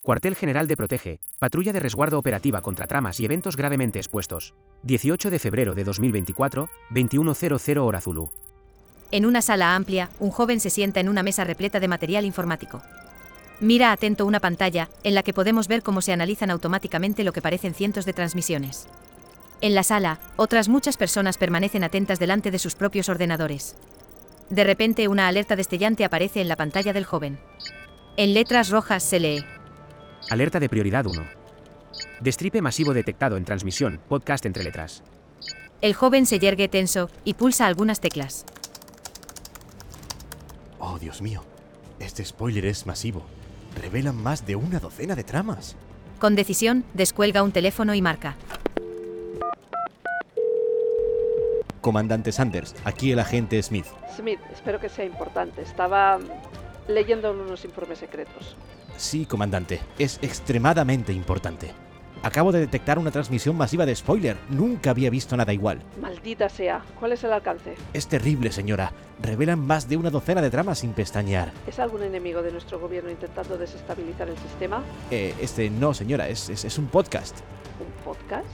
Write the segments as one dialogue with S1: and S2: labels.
S1: Cuartel General de Protege, patrulla de resguardo operativa contra tramas y eventos gravemente expuestos. 18 de febrero de 2024, 21.00 hora Zulu.
S2: En una sala amplia, un joven se sienta en una mesa repleta de material informático. Mira atento una pantalla, en la que podemos ver cómo se analizan automáticamente lo que parecen cientos de transmisiones. En la sala, otras muchas personas permanecen atentas delante de sus propios ordenadores. De repente una alerta destellante aparece en la pantalla del joven. En letras rojas se lee.
S1: Alerta de prioridad 1. Destripe masivo detectado en transmisión, podcast entre letras.
S2: El joven se yergue tenso y pulsa algunas teclas.
S3: Oh, Dios mío. Este spoiler es masivo. Revelan más de una docena de tramas.
S2: Con decisión, descuelga un teléfono y marca.
S3: Comandante Sanders, aquí el agente Smith.
S4: Smith, espero que sea importante. Estaba mm, leyendo unos informes secretos.
S3: Sí, comandante, es extremadamente importante. Acabo de detectar una transmisión masiva de spoiler. Nunca había visto nada igual.
S4: Maldita sea. ¿Cuál es el alcance?
S3: Es terrible, señora. Revelan más de una docena de tramas sin pestañear.
S4: ¿Es algún enemigo de nuestro gobierno intentando desestabilizar el sistema?
S3: Eh, este no, señora, es, es- es un podcast.
S4: ¿Un podcast?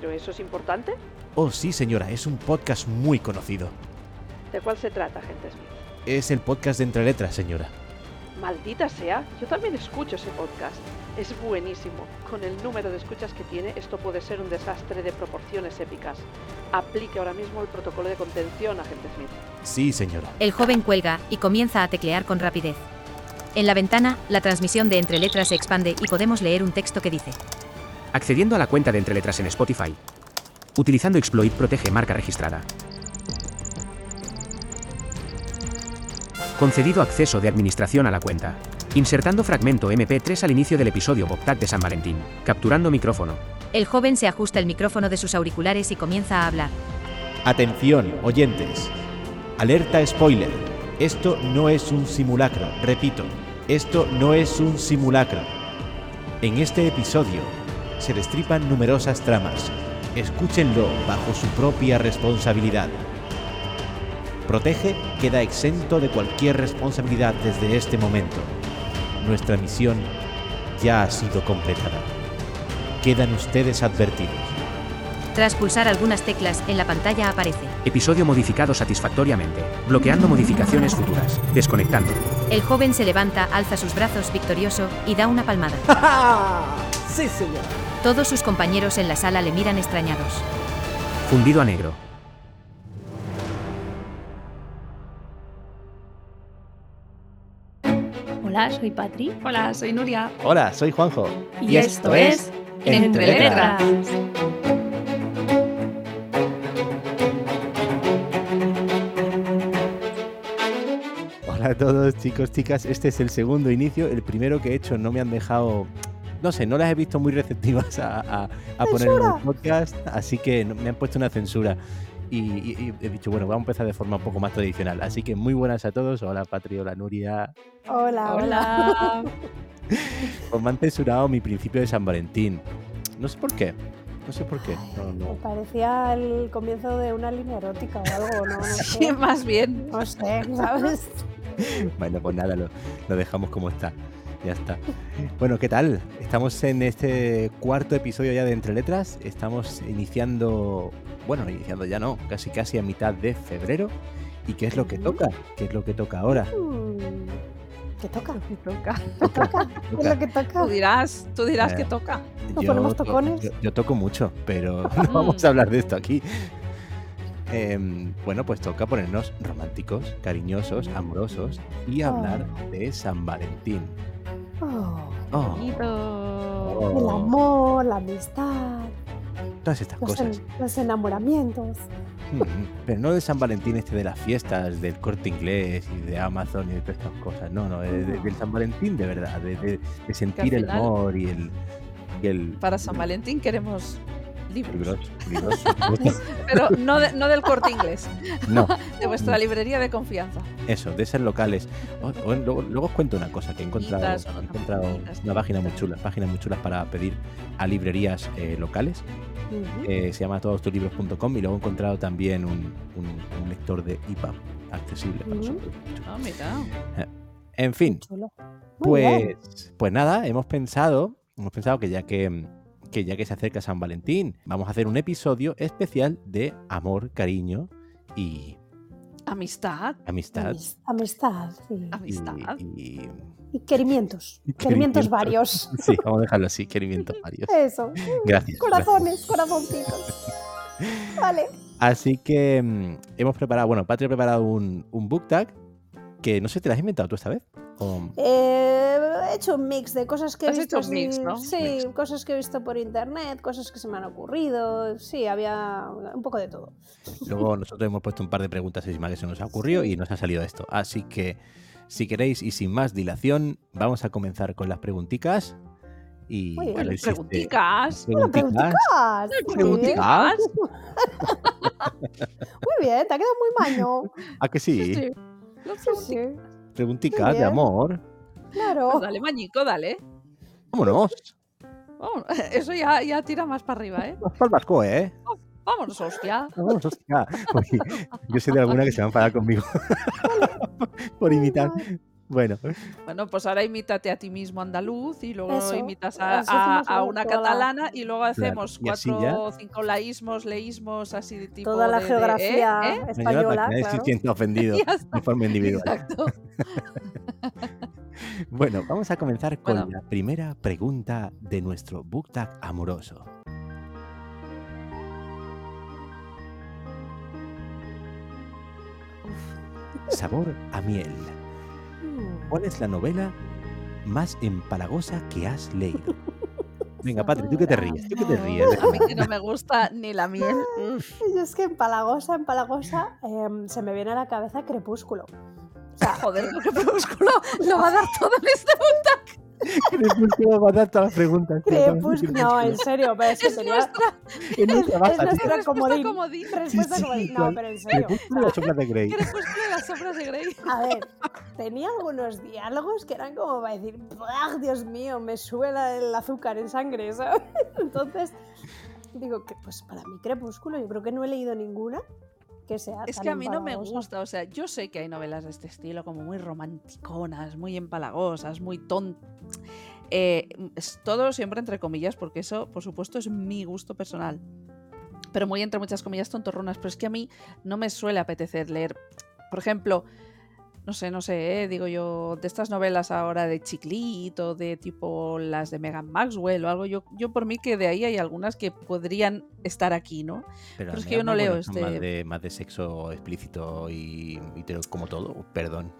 S4: ¿Pero eso es importante?
S3: Oh, sí, señora, es un podcast muy conocido.
S4: ¿De cuál se trata, gente Smith?
S3: Es el podcast de Entre Letras, señora.
S4: Maldita sea, yo también escucho ese podcast. Es buenísimo. Con el número de escuchas que tiene, esto puede ser un desastre de proporciones épicas. Aplique ahora mismo el protocolo de contención, agente Smith.
S3: Sí, señora.
S2: El joven cuelga y comienza a teclear con rapidez. En la ventana, la transmisión de entre letras se expande y podemos leer un texto que dice.
S1: Accediendo a la cuenta de entre letras en Spotify. Utilizando exploit protege marca registrada. Concedido acceso de administración a la cuenta. Insertando fragmento MP3 al inicio del episodio Bobtat de San Valentín. Capturando micrófono.
S2: El joven se ajusta el micrófono de sus auriculares y comienza a hablar.
S3: Atención, oyentes. Alerta spoiler. Esto no es un simulacro, repito, esto no es un simulacro. En este episodio se destripan numerosas tramas. Escúchenlo bajo su propia responsabilidad. Protege queda exento de cualquier responsabilidad desde este momento. Nuestra misión ya ha sido completada. Quedan ustedes advertidos.
S2: Tras pulsar algunas teclas, en la pantalla aparece.
S1: Episodio modificado satisfactoriamente. Bloqueando modificaciones futuras. Desconectando.
S2: El joven se levanta, alza sus brazos victorioso y da una palmada.
S5: Sí, señor.
S2: Todos sus compañeros en la sala le miran extrañados.
S1: Fundido a negro.
S6: Hola, soy Patri.
S7: Hola, soy Nuria.
S3: Hola, soy Juanjo.
S6: Y, esto, es Entre Letras.
S3: Hola a todos, chicos, chicas. Este es el segundo inicio. El primero que he hecho no me han dejado. No sé, no las he visto muy receptivas a, a- a ponerlo en el podcast, así que no- me han puesto una censura. Y, y- y he dicho, bueno, vamos a empezar de forma un poco más tradicional. Así que muy buenas a todos. Hola, Patri, hola, Nuria.
S5: Hola, hola.
S7: Hola.
S3: Os Pues me han censurado mi principio de San Valentín. No sé por qué. No sé por qué. No,
S5: Me
S3: no.
S5: parecía el comienzo de una línea erótica o algo, ¿no? No
S7: Sí,
S5: sé,
S7: más bien.
S5: no sé ¿sabes?
S3: Bueno, pues nada, lo, lo dejamos como está. Ya está. Bueno, ¿qué tal? Estamos en este cuarto episodio ya de Entre Letras. Estamos iniciando, bueno, iniciando ya no, casi casi a mitad de febrero. ¿Y qué es lo que toca? ¿Qué es lo que toca ahora?
S5: Mm, ¿Qué toca?
S7: Me toca.
S3: Toca,
S5: ¿Qué es lo que toca?
S7: Tú dirás, tú dirás
S3: Eh.
S7: que toca.
S5: ¿Nos ponemos
S3: to-
S5: tocones?
S3: yo- yo toco mucho, pero no vamos a hablar de esto aquí. Em, bueno, pues toca ponernos románticos, cariñosos, amorosos y hablar
S5: Ah.
S3: de San Valentín.
S5: Oh,
S3: Oh,
S7: Bonito.
S5: el
S3: oh,
S5: amor, la amistad,
S3: todas estas
S5: los,
S3: cosas.
S5: en- los enamoramientos.
S3: Mm, Pero no de San Valentín este de las fiestas, del corte inglés y de Amazon y de todas estas cosas. No, no, de- de- del San Valentín de verdad, de, de- de sentir el
S7: final-
S3: amor y el... y el-
S7: Para San Valentín queremos libros.
S3: Libros, libros, libros.
S7: Pero no, de- no del corte inglés,
S3: No,
S7: de vuestra librería de confianza.
S3: eso, de esas locales. O- o- luego, luego os cuento una cosa que he encontrado,
S7: Bonitas,
S3: he
S7: son
S3: encontrado
S7: bonitas,
S3: una página muy
S7: bonitas.
S3: chula, páginas muy chulas para pedir a librerías eh, locales.
S5: Ujú.
S3: eh, se llama todostuslibros.com y luego he encontrado también un, un- un lector de IPA accesible para
S5: Ujú.
S3: nosotros.
S7: Ah, mira.
S3: En fin,
S5: Chulo. Muy bien.
S3: pues, pues nada, hemos pensado, hemos pensado que ya que, que ya que se acerca San Valentín, vamos a hacer un episodio especial de amor, cariño y
S7: Amistad.
S3: amistad.
S5: Amis- Amistad sí.
S3: Y-
S7: Amistad.
S3: y-
S5: y querimientos.
S3: Ah. y
S5: Querimientos
S3: querimientos.
S5: varios.
S3: sí, vamos a dejarlo así, querimientos varios.
S5: Eso.
S3: Gracias.
S5: Corazones, corazoncitos. Vale.
S3: Así que mm, hemos preparado, bueno, Patria ha preparado un, un book tag que no sé, ¿te lo has inventado tú esta vez? O-
S5: Eh, he hecho un mix de cosas que he
S7: Has
S5: visto.
S7: hecho un mix,
S5: así-
S7: ¿no?
S5: Sí,
S3: Mix.
S5: cosas que he visto por internet, cosas que se me han ocurrido. Sí, había un poco de todo.
S3: Luego nosotros hemos puesto un par de preguntas encima que se nos ha ocurrido y nos ha salido esto. Así que si queréis y sin más dilación, vamos a comenzar con las pregunticas. Y
S5: Muy bien.
S3: a ver si este-
S7: Pregunticas.
S5: Bueno,
S3: pregunticas.
S5: pregunticas. Muy bien,
S3: ¿Pregunticas?
S5: muy bien, te ha quedado muy maño.
S3: ¿A que sí?
S7: Sí, Las
S5: Sí, sí,
S7: pregunticas.
S3: Pregunticas de
S5: bien.
S3: amor.
S5: claro.
S7: Pues dale, mañico, dale.
S3: Vámonos.
S7: Vámonos. Eso ya, ya tira más para arriba, ¿eh?
S3: Vas para el barco, ¿eh?
S7: Vámonos, hostia.
S3: Vámonos, hostia. Oye, yo sé de alguna que se va a enfadar conmigo. Por imitar. Bueno,
S7: Bueno, pues ahora imítate a ti mismo andaluz y luego
S5: Eso.
S7: imitas a,
S5: Así
S7: a-
S5: hacemos
S7: a
S5: una
S7: una
S5: toda la-
S7: catalana y luego hacemos
S3: y así
S7: cuatro o cinco laísmos, leísmos, así de tipo.
S5: Toda la
S7: de- de- ¿eh?
S5: geografía
S7: ¿eh?
S3: señora,
S5: española.
S3: para que nadie se
S5: claro.
S3: sienta ofendido
S7: Ya está.
S3: de forma individual.
S7: Exacto.
S3: Bueno, vamos a comenzar con
S7: Bueno.
S3: la primera pregunta de nuestro book tag amoroso. Sabor a miel.
S5: Mm.
S3: ¿Cuál es la novela más empalagosa que has leído? Venga, Patri, tú que te
S5: Sabor a
S3: ríes, tú que te
S7: No,
S3: ríes.
S7: A mí
S3: déjame.
S7: que no me gusta ni la miel.
S5: Y es que empalagosa, empalagosa, em, se me viene a la cabeza crepúsculo.
S7: O sea, joder, lo que Crepúsculo lo va a dar todo en este.
S3: Crepúsculo va a dar todas las preguntas.
S5: Crepúsculo. No, en serio, pero es que
S7: Es
S5: sería
S7: nuestra
S3: En un
S5: es
S3: trabajo,
S5: nuestra
S3: tío.
S7: respuesta
S5: comodín.
S7: comodín.
S5: respuesta
S3: sí,
S5: como de- No,
S3: igual.
S5: pero en serio.
S3: Crepúsculo y la sombra de Grey.
S7: Crepúsculo de las sombras de Grey.
S5: A ver, tenía algunos diálogos que eran como para decir, "Buah, Dios mío, me suela el azúcar en sangre, ¿sabes? Entonces, digo que pues para mí crepúsculo, yo creo que no he leído ninguna que sea
S7: Es
S5: tan
S7: que a mí no me
S5: empalagosa.
S7: gusta, o sea, yo sé que hay novelas de este estilo como muy romanticonas, muy empalagosas, muy ton... Eh, es todo siempre entre comillas, porque eso, por supuesto, es mi gusto personal. Pero muy entre muchas comillas tontorronas, pero es que a mí no me suele apetecer leer, por ejemplo, no sé, no sé, eh, digo yo, de estas novelas ahora de Chiclito, de tipo las de Megan Maxwell o algo, yo, yo por mí que de ahí hay algunas que podrían estar aquí, ¿no? Pero es
S3: me
S7: que yo
S3: da
S7: no
S3: más
S7: leo
S3: bueno, son Más
S7: este-
S3: de, más de sexo explícito y, y te lo como todo, perdón.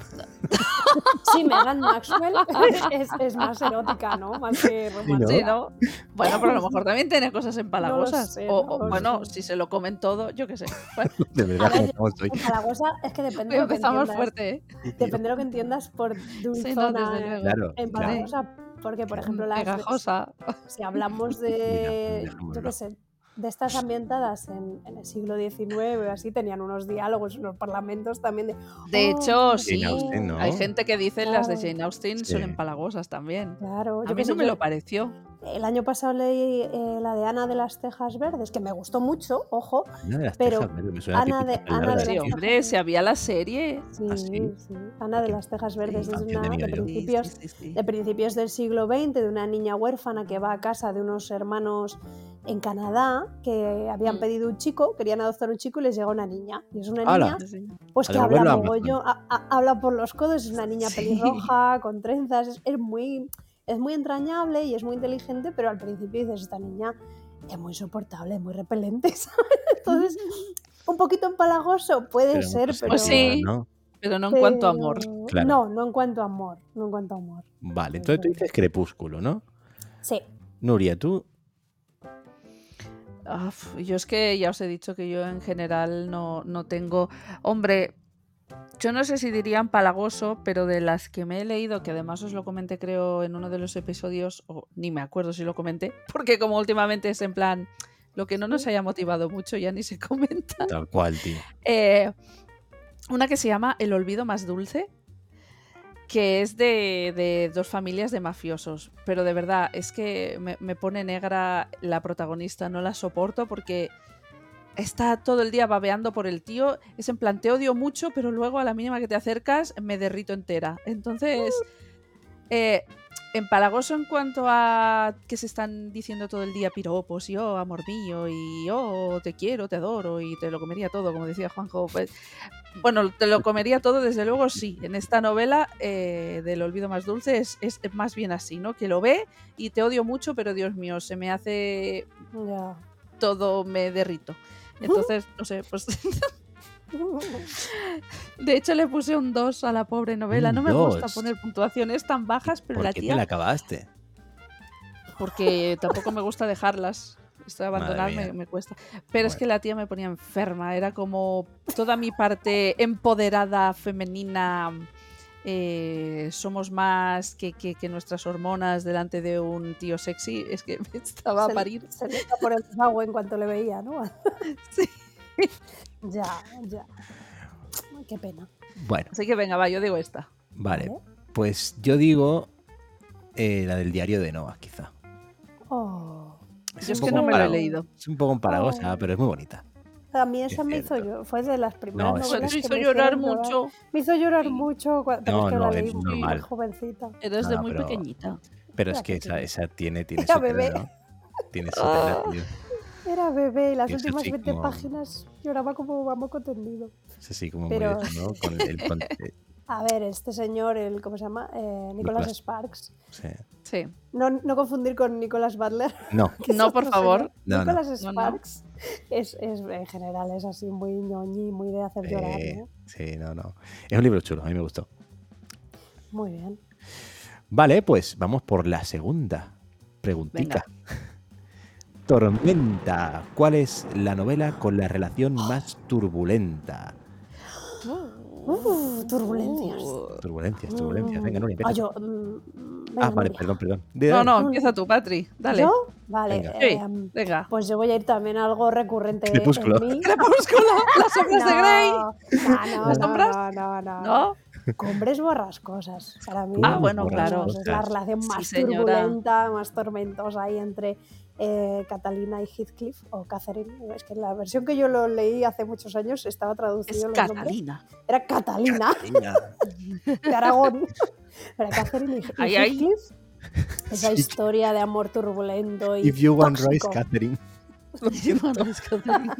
S5: Sí, Megan Maxwell es, es más erótica, ¿no? Más que romántica.
S7: Sí, ¿no? Bueno, pero a lo mejor también tiene cosas empalagosas.
S5: sé,
S7: o,
S5: no
S7: o,
S5: lo
S7: bueno,
S5: sé.
S7: si se lo comen todo, yo qué sé. Bueno,
S3: De verdad,
S5: ver,
S3: como estamos hoy.
S5: Empalagosa es que depende de lo que
S7: empezamos
S5: entiendas.
S7: fuerte, ¿eh?
S5: Depende de lo que entiendas por
S7: Sí, no, desde
S5: dulzona.
S3: Claro,
S7: luego.
S3: claro.
S5: empalagosa, porque por ejemplo las
S7: Pegajosa.
S5: si hablamos
S3: Mira,
S5: de, yo
S3: dejémoslo.
S5: qué sé, de estas ambientadas en, en el siglo XIX, o así tenían unos diálogos, unos parlamentos también de...
S7: De
S5: "Oh,
S7: hecho,
S5: Jane
S7: sí.
S3: Austen, ¿no?
S7: Hay gente que dice las de
S5: Claro.
S7: Jane Austen
S3: Sí.
S7: son empalagosas también.
S5: Claro,
S7: A
S5: yo
S7: mí
S5: qué sé,
S7: no me
S5: yo-
S7: lo pareció.
S5: El año pasado leí eh, la de Ana de las Tejas Verdes, que me gustó mucho, ojo.
S3: Una de las
S5: Pero
S3: tejas verdes me suena
S5: Ana
S3: típica
S5: de-
S3: palabra
S5: Ana de
S7: Sí,
S5: las-
S3: tío.
S7: hombre, si había la serie.
S5: Sí,
S3: ¿Ah, sí?
S5: sí. Ana de las Tejas Verdes es
S3: infancia he
S5: una de
S3: tenido yo.
S7: Sí,
S5: principios
S7: sí, sí, sí.
S5: de principios del siglo XX, de una niña huérfana que va a casa de unos hermanos en Canadá que habían
S7: Mm.
S5: pedido un chico, querían adoptar un chico y les llega una niña. Y es una
S3: ¡Hala!
S5: niña
S7: Sí, sí.
S5: pues
S3: A
S5: que
S3: devolverlo
S5: habla
S3: a Amazon.
S5: mogollón, ha- ha- habla por los codos, es una niña
S7: Sí.
S5: pelirroja, con trenzas, es, es muy, es muy entrañable y es muy inteligente, pero al principio dices, esta niña es muy soportable, muy repelente, ¿sabes? Entonces, un poquito empalagoso puede
S3: Pero
S5: ser,
S3: hemos
S5: pero...
S7: Pues sí,
S3: pasado, ¿no?
S7: Pero no en cuanto a
S5: pero-
S7: amor.
S3: Claro.
S5: No, no en cuanto a amor, no en cuanto a amor.
S3: Vale, entonces tú dices crepúsculo, ¿no?
S5: Sí.
S3: Nuria, tú.
S7: Uf, yo es que ya os he dicho que yo en general no, no tengo. Hombre, yo no sé si dirían palagoso, pero de las que me he leído, que además os lo comenté creo en uno de los episodios, o ni me acuerdo si lo comenté, porque como últimamente es en plan lo que no nos haya motivado mucho ya ni se comenta.
S3: Tal cual, tío.
S7: Eh, una que se llama El olvido más dulce, que es de, de dos familias de mafiosos. Pero de verdad, es que me, me pone negra la protagonista, no la soporto porque está todo el día babeando por el tío. Es en plan, te odio mucho, pero luego a la mínima que te acercas me derrito entera. Entonces, eh, empalagoso en cuanto a que se están diciendo todo el día piropos y oh, amor mío y oh, te quiero, te adoro y te lo comería todo, como decía Juanjo. Pues, bueno, te lo comería todo, desde luego sí. En esta novela eh, del olvido más dulce es, es más bien así, ¿no? Que lo ve y te odio mucho, pero Dios mío, se me hace
S5: Ya.
S7: todo me derrito.
S3: Uh.
S7: Entonces, no sé, pues. De hecho, le puse un 2 a la pobre novela.
S3: Un
S7: No me gusta
S3: dos.
S7: poner puntuaciones tan bajas, pero
S3: ¿Por
S7: la
S3: qué te la
S7: tía.
S3: acabaste?
S7: Porque tampoco me gusta dejarlas. Esto de
S3: Madre
S7: abandonar me,
S3: mía.
S7: me cuesta. Pero es que la tía me ponía enferma. Era como toda mi parte empoderada, femenina. eh, somos más que, que- que nuestras hormonas delante de un tío sexy. Es que me estaba a
S5: Se-
S7: parir.
S5: Se le iba por el agua en cuanto le veía, ¿no?
S7: Sí.
S5: Ya, ya. Ay, Qué pena.
S3: Bueno,
S7: Así que venga, va, yo digo esta. ¿Eh?
S3: vale.
S5: Vale.
S3: Pues yo digo eh, la del diario de Noah, quizá.
S5: Oh.
S7: Yo es
S3: un
S7: que
S3: poco
S7: no me lo he
S3: empalago-
S7: leído.
S3: Es un poco empalagosa,
S5: Oh.
S3: pero es muy bonita.
S5: A mí esa me hizo
S3: cierto.
S5: yo, fue de las primeras
S3: No, eso
S5: novelas
S3: es-
S5: que
S7: hizo
S5: me
S7: llorar
S5: hicieron llorar.
S7: mucho.
S5: Me hizo llorar mucho, cua- pero
S3: No,
S5: es que
S3: no,
S5: la
S3: es
S5: leí muy
S3: normal.
S5: jovencita.
S7: Pero desde
S3: No,
S7: muy
S3: pero-
S7: pequeñita.
S3: Pero
S5: Mira
S3: es que
S5: qué
S3: esa,
S5: tela.
S3: esa tiene, tiene
S5: Era
S3: su tela,
S5: bebé. Ah.
S3: ¿no? Tiene su tela, tío.
S5: Era bebé y las
S3: Y es
S5: últimas
S3: así
S5: 20
S3: como-
S5: páginas lloraba como a moco tendido.
S3: Es así como
S5: Pero-
S3: muy de ¿no? Con el, el con- eh,
S5: A ver, este señor, el, ¿cómo se llama? Eh, Nicholas
S3: Nicholas.
S5: Sparks.
S3: sí.
S7: Sí.
S5: No, no confundir con Nicholas Butler.
S3: No,
S5: que es
S7: No,
S5: otro
S7: por favor.
S5: señor.
S3: No, no.
S5: Nicholas
S7: No, no.
S5: Sparks Es, es- en general es así muy ñoñi, muy de hacer llorar.
S3: eh,
S5: ¿no?
S3: sí, no, no. Es un libro chulo, a mí me gustó.
S5: Muy bien.
S3: Vale, pues vamos por la segunda preguntita. Tormenta. ¿Cuál es la novela con la relación más turbulenta?
S5: Uh, turbulencias.
S3: Turbulencias, turbulencias. Venga, Nuria,
S5: Ah,
S3: empieza.
S5: yo, mm, venga,
S3: Ah, vale,
S5: Nuria.
S3: perdón, perdón.
S7: No, no,
S5: no.
S7: empieza tú, Patri. Dale.
S5: ¿Yo? Vale.
S3: Venga.
S7: Sí.
S5: em,
S7: Venga.
S5: pues yo voy a ir también a algo recurrente
S3: Crepúsculo.
S5: en mí.
S7: Crepúsculo, las obras de Grey.
S5: No, no,
S7: ¿Las
S5: no,
S7: nombras?
S5: no, no,
S7: ¿No?
S5: Cumbres borrascosas. Para mí,
S7: Ah, bueno, claro.
S5: borrascosas, Es la
S3: Borrascosas.
S5: relación
S7: Sí,
S5: más
S7: señora.
S5: turbulenta, más tormentosa ahí entre eh, Catalina y Heathcliff o Catherine. Es que en la versión que yo lo leí hace muchos años estaba
S7: Es
S5: traducido los nombres.
S7: Catalina.
S5: Era Catalina
S3: Venga.
S5: de Aragón. Era Catherine y, y
S7: Ay, ay.
S5: Heathcliff. Esa
S3: Sí.
S5: historia de amor turbulento y
S3: If you want rice,
S5: tóxico.
S3: Catherine.
S7: Bueno, es Catalina.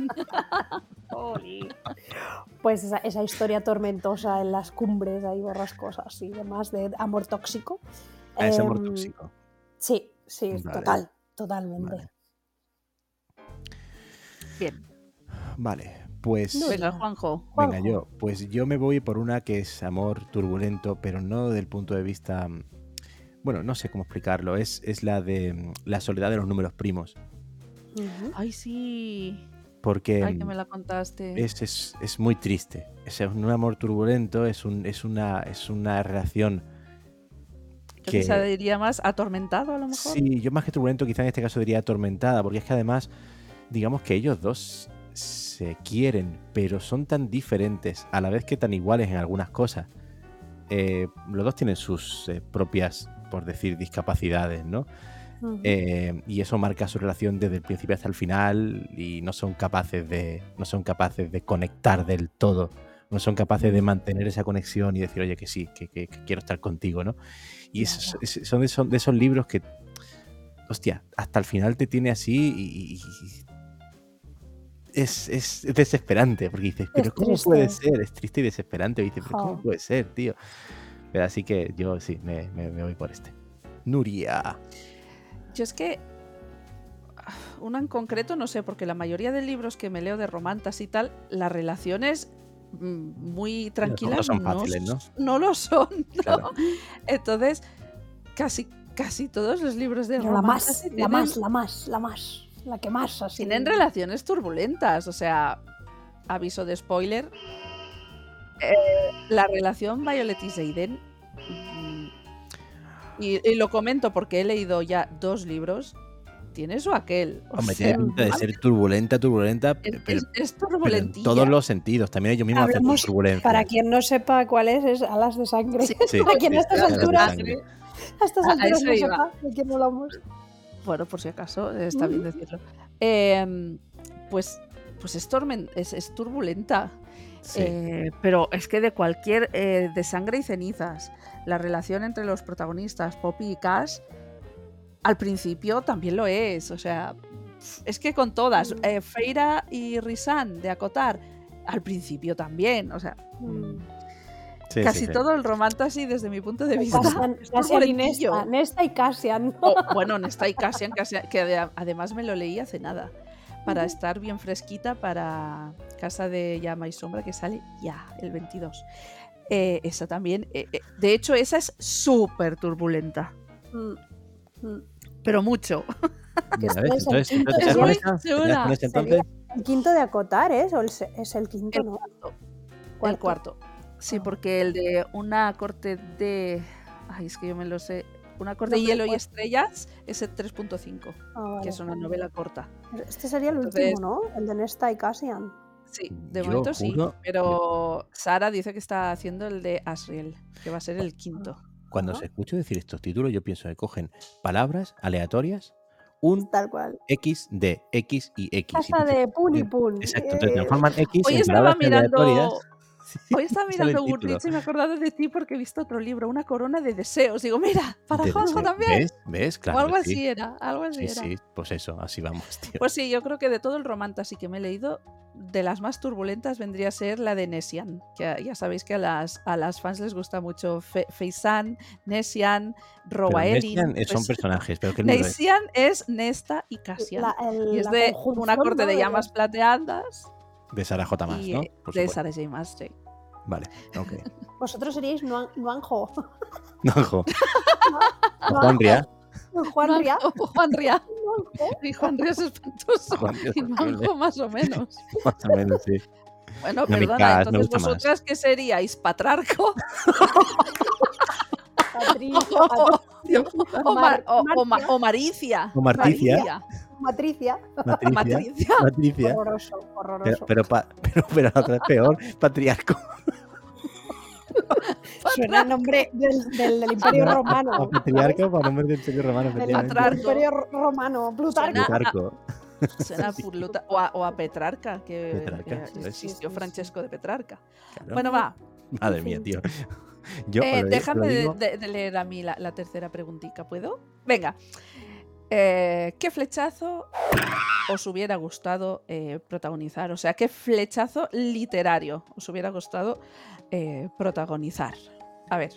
S5: pues esa, esa historia tormentosa en las cumbres ahí borrascosas y demás de amor tóxico.
S3: Ah, es amor
S5: Em,
S3: tóxico.
S5: Sí, sí,
S3: Vale.
S5: total, totalmente.
S3: Vale.
S7: Bien.
S3: Vale, pues.
S5: No,
S7: Venga, Juanjo.
S3: Venga,
S5: Juanjo.
S3: yo, pues yo me voy por una que es amor turbulento, pero no del punto de vista. mm, Bueno, no sé cómo explicarlo. Es, es la de mm, la soledad de los números primos.
S5: Ujú.
S7: Ay, sí.
S3: Porque
S7: Ay, que
S3: mm,
S7: me la contaste.
S3: es, es- es muy triste. Es un amor turbulento, es, un, es, una, es una relación
S7: Yo
S3: que.
S7: quizá diría más atormentado, a lo mejor.
S3: Sí, yo más que turbulento, quizá en este caso diría atormentada, porque es que además, digamos que ellos dos se quieren, pero son tan diferentes, a la vez que tan iguales en algunas cosas. Eh, los dos tienen sus eh, propias, por decir, discapacidades, ¿no?
S5: Ujú.
S3: Eh, y eso marca su relación desde el principio hasta el final y no son capaces de, no son capaces de conectar del todo. No son capaces de mantener esa conexión y decir, oye, que sí, que, que- que quiero estar contigo, ¿no? Y
S5: Ya,
S3: esos- es- son, de, son de esos libros que, hostia, hasta el final te tiene así y... y- y- es, es desesperante, porque dices, pero ¿cómo
S5: triste.
S3: puede ser? Es triste y desesperante, dices, pero ¿cómo
S5: Jo.
S3: puede ser, tío? Pero así que yo sí, me, me- me voy por este. Nuria.
S7: Yo es que. ah, Una en concreto, no sé, porque la mayoría de libros que me leo de romantas y tal, las relaciones mm, muy tranquilas
S3: no son fáciles, ¿no?
S7: no lo son, ¿no?
S3: Claro.
S7: Entonces, casi, casi todos los libros de
S5: Pero la más,
S7: romances
S5: la más, la más, la más, la que más así.
S7: tienen relaciones turbulentas. O sea, aviso de spoiler. eh, la relación Violet y Seiden. mm, Y, y lo comento porque he leído ya dos libros. Tiene su aquel. o
S3: Hombre,
S7: sea,
S3: tiene pinta de ser turbulenta, turbulenta, pero,
S7: es, es, es
S3: pero en
S7: turbulentilla.
S3: todos los sentidos. También ellos mismos hacen
S5: Hablamos
S3: turbulencia.
S5: Para quien no sepa cuál es, es Alas de Sangre.
S3: Sí,
S5: para quien a
S3: sí,
S5: estas
S3: sí, sí,
S5: alturas-
S3: sí, sí.
S5: A estas
S7: A- a
S5: alturas
S7: eso
S5: no
S7: iba.
S5: sepa de quién hablamos.
S7: Bueno, por si acaso, está bien decirlo. Eh, pues, pues
S4: Em, pues es, tormen- es, es turbulenta.
S3: Sí.
S4: Eh, pero es que de cualquier, eh, de sangre y cenizas, la relación entre los protagonistas, Poppy y Cash, al principio también lo es. O sea, pf, es que con todas, eh, Feira y Risan de Acotar, al principio también. O sea,
S5: Mm.
S3: Sí, sí,
S4: casi
S3: sí.
S4: todo el romance desde mi punto de vista.
S5: Cassian,
S4: es
S5: Cassian y
S4: turbulentillo.
S5: Nesta, Nesta y Cassian, ¿no?
S4: O, bueno, Nesta y Cassian, Cassian- que ade- además me lo leí hace nada. Para estar bien fresquita para Casa de Llama y Sombra, que sale ya el 22. Eh, esa también. eh, eh, de hecho, esa es súper turbulenta.
S5: Mm, mm.
S4: Pero mucho.
S3: Ya ves,
S5: que es el
S3: entonces,
S5: quinto
S3: entonces,
S5: de
S3: ¿con
S5: Will
S3: esta? ¿Te das con
S4: Chula,
S3: esta entonces?
S5: El quinto de acotar, ¿eh? O el se- es el quinto,
S4: El
S5: ¿no?
S4: cuarto. El
S5: Cuarto.
S4: cuarto. Sí,
S5: Ah.
S4: porque el de una corte de. Ay, es que yo me lo sé. Una corte
S5: No,
S4: de
S5: pero
S4: hielo y
S5: cuál-
S4: estrellas es el 3.5,
S5: Ah, vale.
S4: que es una novela corta.
S5: Este sería el
S4: Entonces-
S5: último, ¿no? El de Nesta y Cassian.
S4: Sí, de
S3: Yo
S4: momento sí.
S3: juro-
S4: Pero Sara dice que está haciendo el de Asriel, que va a ser el quinto.
S3: Cuando
S5: Ajá.
S3: se escucho decir estos títulos, yo pienso que cogen palabras aleatorias, un
S5: Tal cual.
S3: X de X y X. y
S5: Casa
S3: entonces-
S5: de Pun y Pun.
S3: Exacto, entonces
S5: Eh,
S3: transforman X
S4: Hoy
S3: en
S4: estaba
S3: palabras aleatorias.
S4: mirando. Hoy estaba
S3: y sale el
S4: mirando
S3: título.
S4: Goodreads y me he acordado de ti porque he visto otro libro, Una corona de deseos. Digo, mira, para
S3: Entonces,
S4: Juanjo también.
S3: ¿Ves? ¿Ves? Claro.
S4: o algo
S3: que
S4: así
S3: sí.
S4: era, algo así
S3: Sí,
S4: era.
S3: sí, pues eso, así vamos, tío.
S4: Pues sí, yo creo que de todo el romance así que me he leído, de las más turbulentas vendría a ser la de Nessian, que a- ya sabéis que a las, a las fans les gusta mucho Fe- Feisan, Nessian,
S3: Pero
S4: Robaelin.
S3: Nessian, eh, son
S4: pues,
S3: personajes, pero que no es
S4: Nessian es Nesta y Cassian.
S5: la- el-
S4: y es
S5: la
S4: de
S5: conjunción,
S4: una corte
S5: ¿no?
S4: de llamas plateadas
S3: de Sara J. Más,
S4: y
S3: ¿no?
S4: eh,
S3: Por
S4: de
S3: supuesto.
S4: Sarah J. Maas, sí.
S3: Vale, ok.
S5: Vosotros seríais Nuan- Nuanjo.
S3: No, jo. O Juan Ria.
S5: Juan Ria.
S4: O Oh, Juan Ria.
S5: Nuanjo.
S4: Y Juan Ria es espantoso.
S3: Juan Ria es
S4: Y Manjo
S3: horrible.
S4: más o menos.
S3: Más o menos, sí.
S4: Bueno,
S3: No me
S4: perdona,
S3: cagas, me
S4: entonces
S3: gusta más.
S4: vosotras qué seríais, patrarco
S5: Patricio.
S4: o, mar- o-
S5: Mar-
S4: o ma- o maricia.
S3: O marticia.
S5: Matricia.
S3: Matricia.
S4: Matricia.
S3: Matricia.
S5: Horroroso.
S3: Pero,
S5: Horroroso.
S3: pero, pa- pero, pero la otra es peor, patriarco.
S5: Suena el nombre del, del, del Imperio
S3: Suena a-
S5: Romano.
S3: a patriarca para nombre del Imperio Romano,
S5: Del
S3: efectivamente.
S4: patriarca.
S5: Imperio Ro- Romano. Plutarco.
S4: Suena-
S3: Plutarco.
S4: Suena a Purluta- o, a, o a Petrarca, que,
S3: Petrarca,
S4: que
S3: sí, sí,
S4: existió
S5: sí, sí.
S4: Francesco de Petrarca.
S3: Claro.
S4: Bueno, va,
S3: Madre mía, tío. Yo os
S4: Eh,
S3: lo- os lo
S4: déjame de,
S3: digo,
S4: de- de leer a mí la, la tercera preguntita, ¿puedo? Venga. Eh, ¿Qué flechazo os hubiera gustado eh, protagonizar? O sea, ¿qué flechazo literario os hubiera gustado eh, protagonizar? A ver.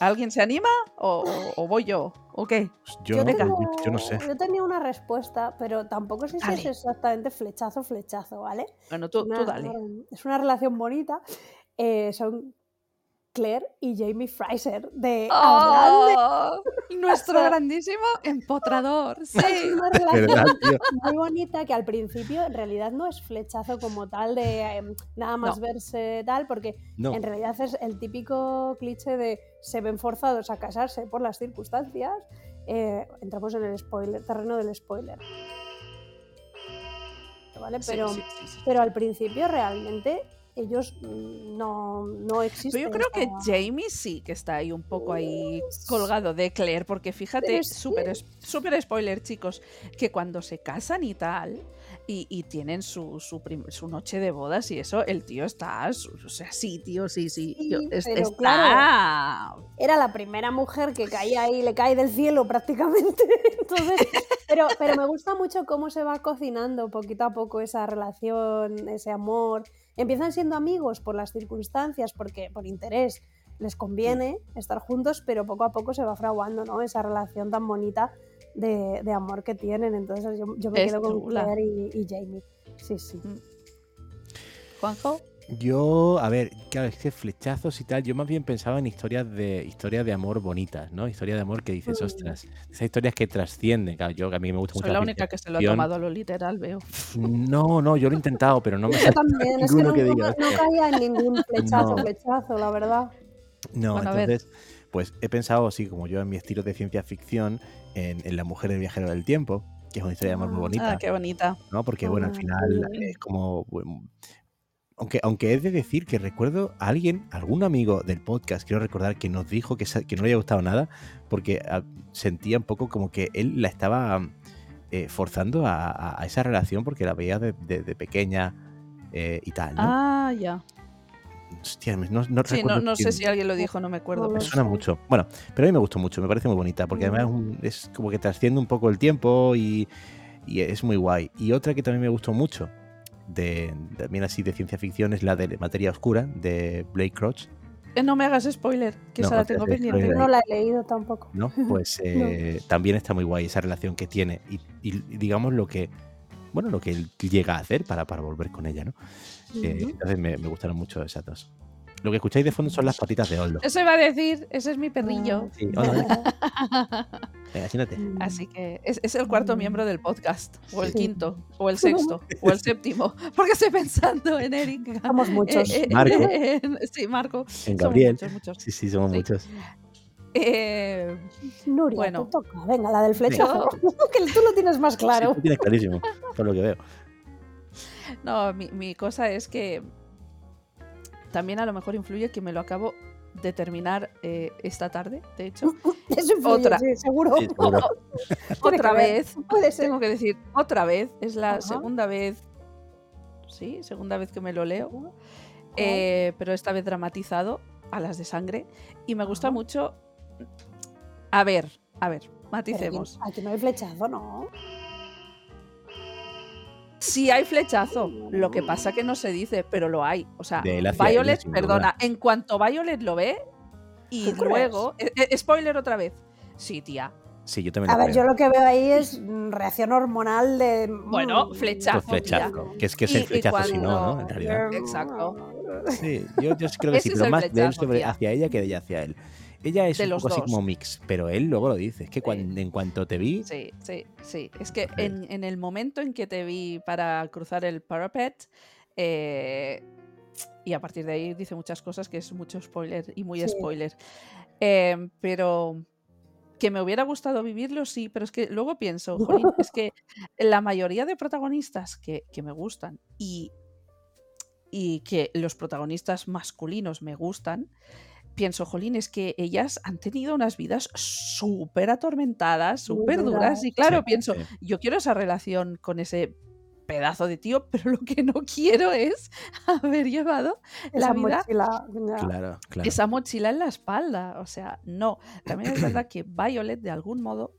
S4: ¿Alguien se anima? ¿O, o- o voy yo? ¿O qué?
S3: pues, Yo,
S5: Yo
S3: no-
S5: tengo-
S3: yo no sé.
S5: Yo tenía una respuesta, pero tampoco sé si es
S4: Dale.
S5: exactamente flechazo, flechazo, ¿vale?
S4: Bueno, tú,
S5: Una-
S4: tú dale.
S5: una- es una relación bonita. Eh, son Claire y Jamie Fraser de Outlander.
S4: ¡Oh! Nuestro grandísimo empotrador.
S5: Es
S4: Sí.
S5: una
S3: De
S5: relación
S3: verdad, tío.
S5: muy bonita que al principio en realidad no es flechazo como tal de em, nada más
S4: No.
S5: verse tal, porque
S3: No.
S5: en realidad es el típico cliché de se ven forzados a casarse por las circunstancias. Eh, entramos en el spoiler, terreno del spoiler. ¿Vale?
S4: Sí,
S5: Pero,
S4: sí, sí, sí.
S5: pero al principio realmente ellos mm, no, no existen.
S4: Pero yo creo que
S5: esta-
S4: Jamie sí que está ahí un poco ahí colgado de Claire, porque fíjate,
S5: Pero es que-
S4: súper es- súper spoiler, chicos, que cuando se casan y tal, y, y tienen su, su, prim- su noche de bodas y eso, el tío está, su- o sea, sí, tío, sí, sí,
S5: Sí,
S4: yo- es-
S5: pero
S4: está.
S5: era la primera mujer que caía ahí, le cae del cielo prácticamente. Entonces, pero, pero me gusta mucho cómo se va cocinando poquito a poco esa relación, ese amor. Empiezan siendo amigos por las circunstancias, porque por interés les conviene estar juntos, pero poco a poco se va fraguando ¿no? esa relación tan bonita de, de amor que tienen. Entonces yo, yo me
S4: Es
S5: quedo con
S4: chula.
S5: Claire y, y Jamie. Sí, sí.
S4: Juanjo,
S3: Yo, a ver, claro, es que flechazos y tal, yo más bien pensaba en historias de historias de amor bonitas, ¿no? Historias de amor que dices,
S5: Mm.
S3: ostras, esas historias que trascienden, claro, yo a mí me gusta mucho
S4: soy la única que se lo ha
S3: ficción.
S4: tomado a lo literal, veo.
S3: No, no, yo lo he intentado, pero no me
S5: Yo
S3: sale
S5: también, es que
S3: ninguno
S5: no,
S3: que
S5: no-
S3: diga,
S5: no caía en ningún flechazo,
S3: No.
S5: flechazo, la verdad.
S3: No,
S4: Bueno, a ver.
S3: entonces, pues he pensado así, como yo en mi estilo de ciencia ficción, en, en La mujer del viajero del tiempo, que es una historia de amor muy
S5: Ah,
S3: bonita.
S4: Ah, qué bonita.
S3: ¿no? Porque, bueno, al
S5: Ah,
S3: final
S5: sí.
S3: es como... bueno, aunque, aunque he de decir que recuerdo a alguien, algún amigo del podcast, quiero recordar, que nos dijo que, esa- que no le había gustado nada, porque ah, sentía un poco como que él la estaba... mm, eh, forzando a- a, a esa relación porque la veía de- de- de pequeña eh, y tal, ¿no?
S4: Ah, ya.
S3: Hostia, no, no
S4: Sí,
S3: recuerdo
S4: no, no sé
S3: quién-
S4: si alguien lo dijo, no me acuerdo.
S3: Me
S5: Hola.
S4: pero-
S3: suena mucho. Bueno, pero a mí me gustó mucho, me parece muy bonita, porque además es, un- es como que trasciende un poco el tiempo y, y es muy guay. Y otra que también me gustó mucho, de, también así de ciencia ficción, es la de Materia Oscura, de Blake Crouch,
S4: Eh, no me hagas spoiler, que
S3: No,
S4: esa la
S3: no te
S4: tengo
S3: hagas
S4: pendiente.
S3: spoiler.
S5: No la he leído tampoco.
S3: ¿no? Pues eh, también está muy guay esa relación que tiene y, y digamos lo que, bueno, lo que él llega a hacer para, para volver con ella, ¿no? Eh, entonces me, me gustaron mucho esas dos. Lo que escucháis de fondo son las patitas de Oldo.
S4: Eso iba a decir, ese es mi
S5: Mm,
S4: perrillo.
S3: Sí, Oldo, venga, venga, siéntate.
S4: Así que es, es el cuarto miembro del podcast, o el
S5: Sí.
S4: quinto, o el sexto, o el séptimo, porque estoy pensando en Eric. eh,
S5: Somos muchos.
S4: eh,
S3: Marco.
S4: en- sí, Marco.
S3: En
S4: Somos
S3: Gabriel.
S4: muchos, muchos.
S3: Sí, sí, somos
S4: Sí.
S3: muchos.
S4: Eh,
S5: Nuria,
S4: bueno.
S5: te toca. Venga, la del flechazo.
S4: yo-
S5: que tú lo tienes más claro.
S3: Sí, lo tienes clarísimo, por lo que veo.
S4: no, mi, mi cosa es que también a lo mejor influye que me lo acabo de terminar eh, esta tarde, de hecho.
S5: Eso influye,
S4: Otra.
S5: sí,
S4: Oh,
S5: seguro.
S3: Sí, seguro.
S5: Tiene
S4: otra
S5: que ver.
S4: vez.
S5: Puede ser.
S4: Tengo que decir, otra vez. Es la
S5: Ajá.
S4: segunda vez. Sí, segunda vez que me lo leo. eh, pero esta vez dramatizado a las de sangre. Y me gusta mucho. A ver, a ver,
S5: Pero aquí-
S4: maticemos.
S5: Aquí no hay flechazo, ¿no?
S4: Si hay flechazo, lo que pasa que no se dice, pero lo hay. O sea,
S3: De él hacia ella,
S4: oh. Ah, Violet,
S3: sin duda.
S4: perdona, en cuanto Violet lo ve, y
S5: ¿Tú crees?
S4: luego. eh, eh, spoiler otra vez. Sí, tía.
S3: Sí, yo también lo
S5: A ver,
S3: creo.
S5: yo lo que veo ahí es mm, reacción hormonal de.
S4: Bueno,
S5: mm,
S4: flechazo,
S3: Pues flechazo.
S5: tía.
S3: Que es que es el
S4: Y- y
S3: flechazo, si no, ¿no?
S4: cuando-
S3: En realidad.
S4: Exacto.
S3: Sí, yo, yo sí creo que
S4: Ese
S3: sí,
S4: es
S3: pero
S4: el
S3: más de él
S4: flechazo,
S3: sobre-
S4: tía.
S3: hacia ella que de ella hacia él. Ella es
S4: De
S3: un
S4: los
S3: poco así
S4: dos.
S3: como mix, pero él luego lo dice. Es que cuando, en cuanto te vi,
S4: Sí, sí, sí. Es que
S3: Ok.
S4: en, en el momento en que te vi para cruzar el parapet, eh, y a partir de ahí dice muchas cosas que es mucho spoiler y muy
S5: Sí.
S4: spoiler. Em, pero que me hubiera gustado vivirlo, sí, pero es que luego pienso, "Jolín, es que la mayoría de protagonistas que, que me gustan y, y que los protagonistas masculinos me gustan, pienso, jolín, es que ellas han tenido unas vidas súper atormentadas,
S5: Muy
S4: súper duras.
S5: duras.
S4: Y claro,
S3: Sí,
S4: pienso,
S3: sí.
S4: yo quiero esa relación con ese pedazo de tío, pero lo que no quiero es haber llevado
S5: Esa
S4: la vida
S5: mochila, ya.
S3: claro, claro.
S4: "Ah, esa mochila en la espalda. O sea, no. También es verdad que Violet, de algún modo,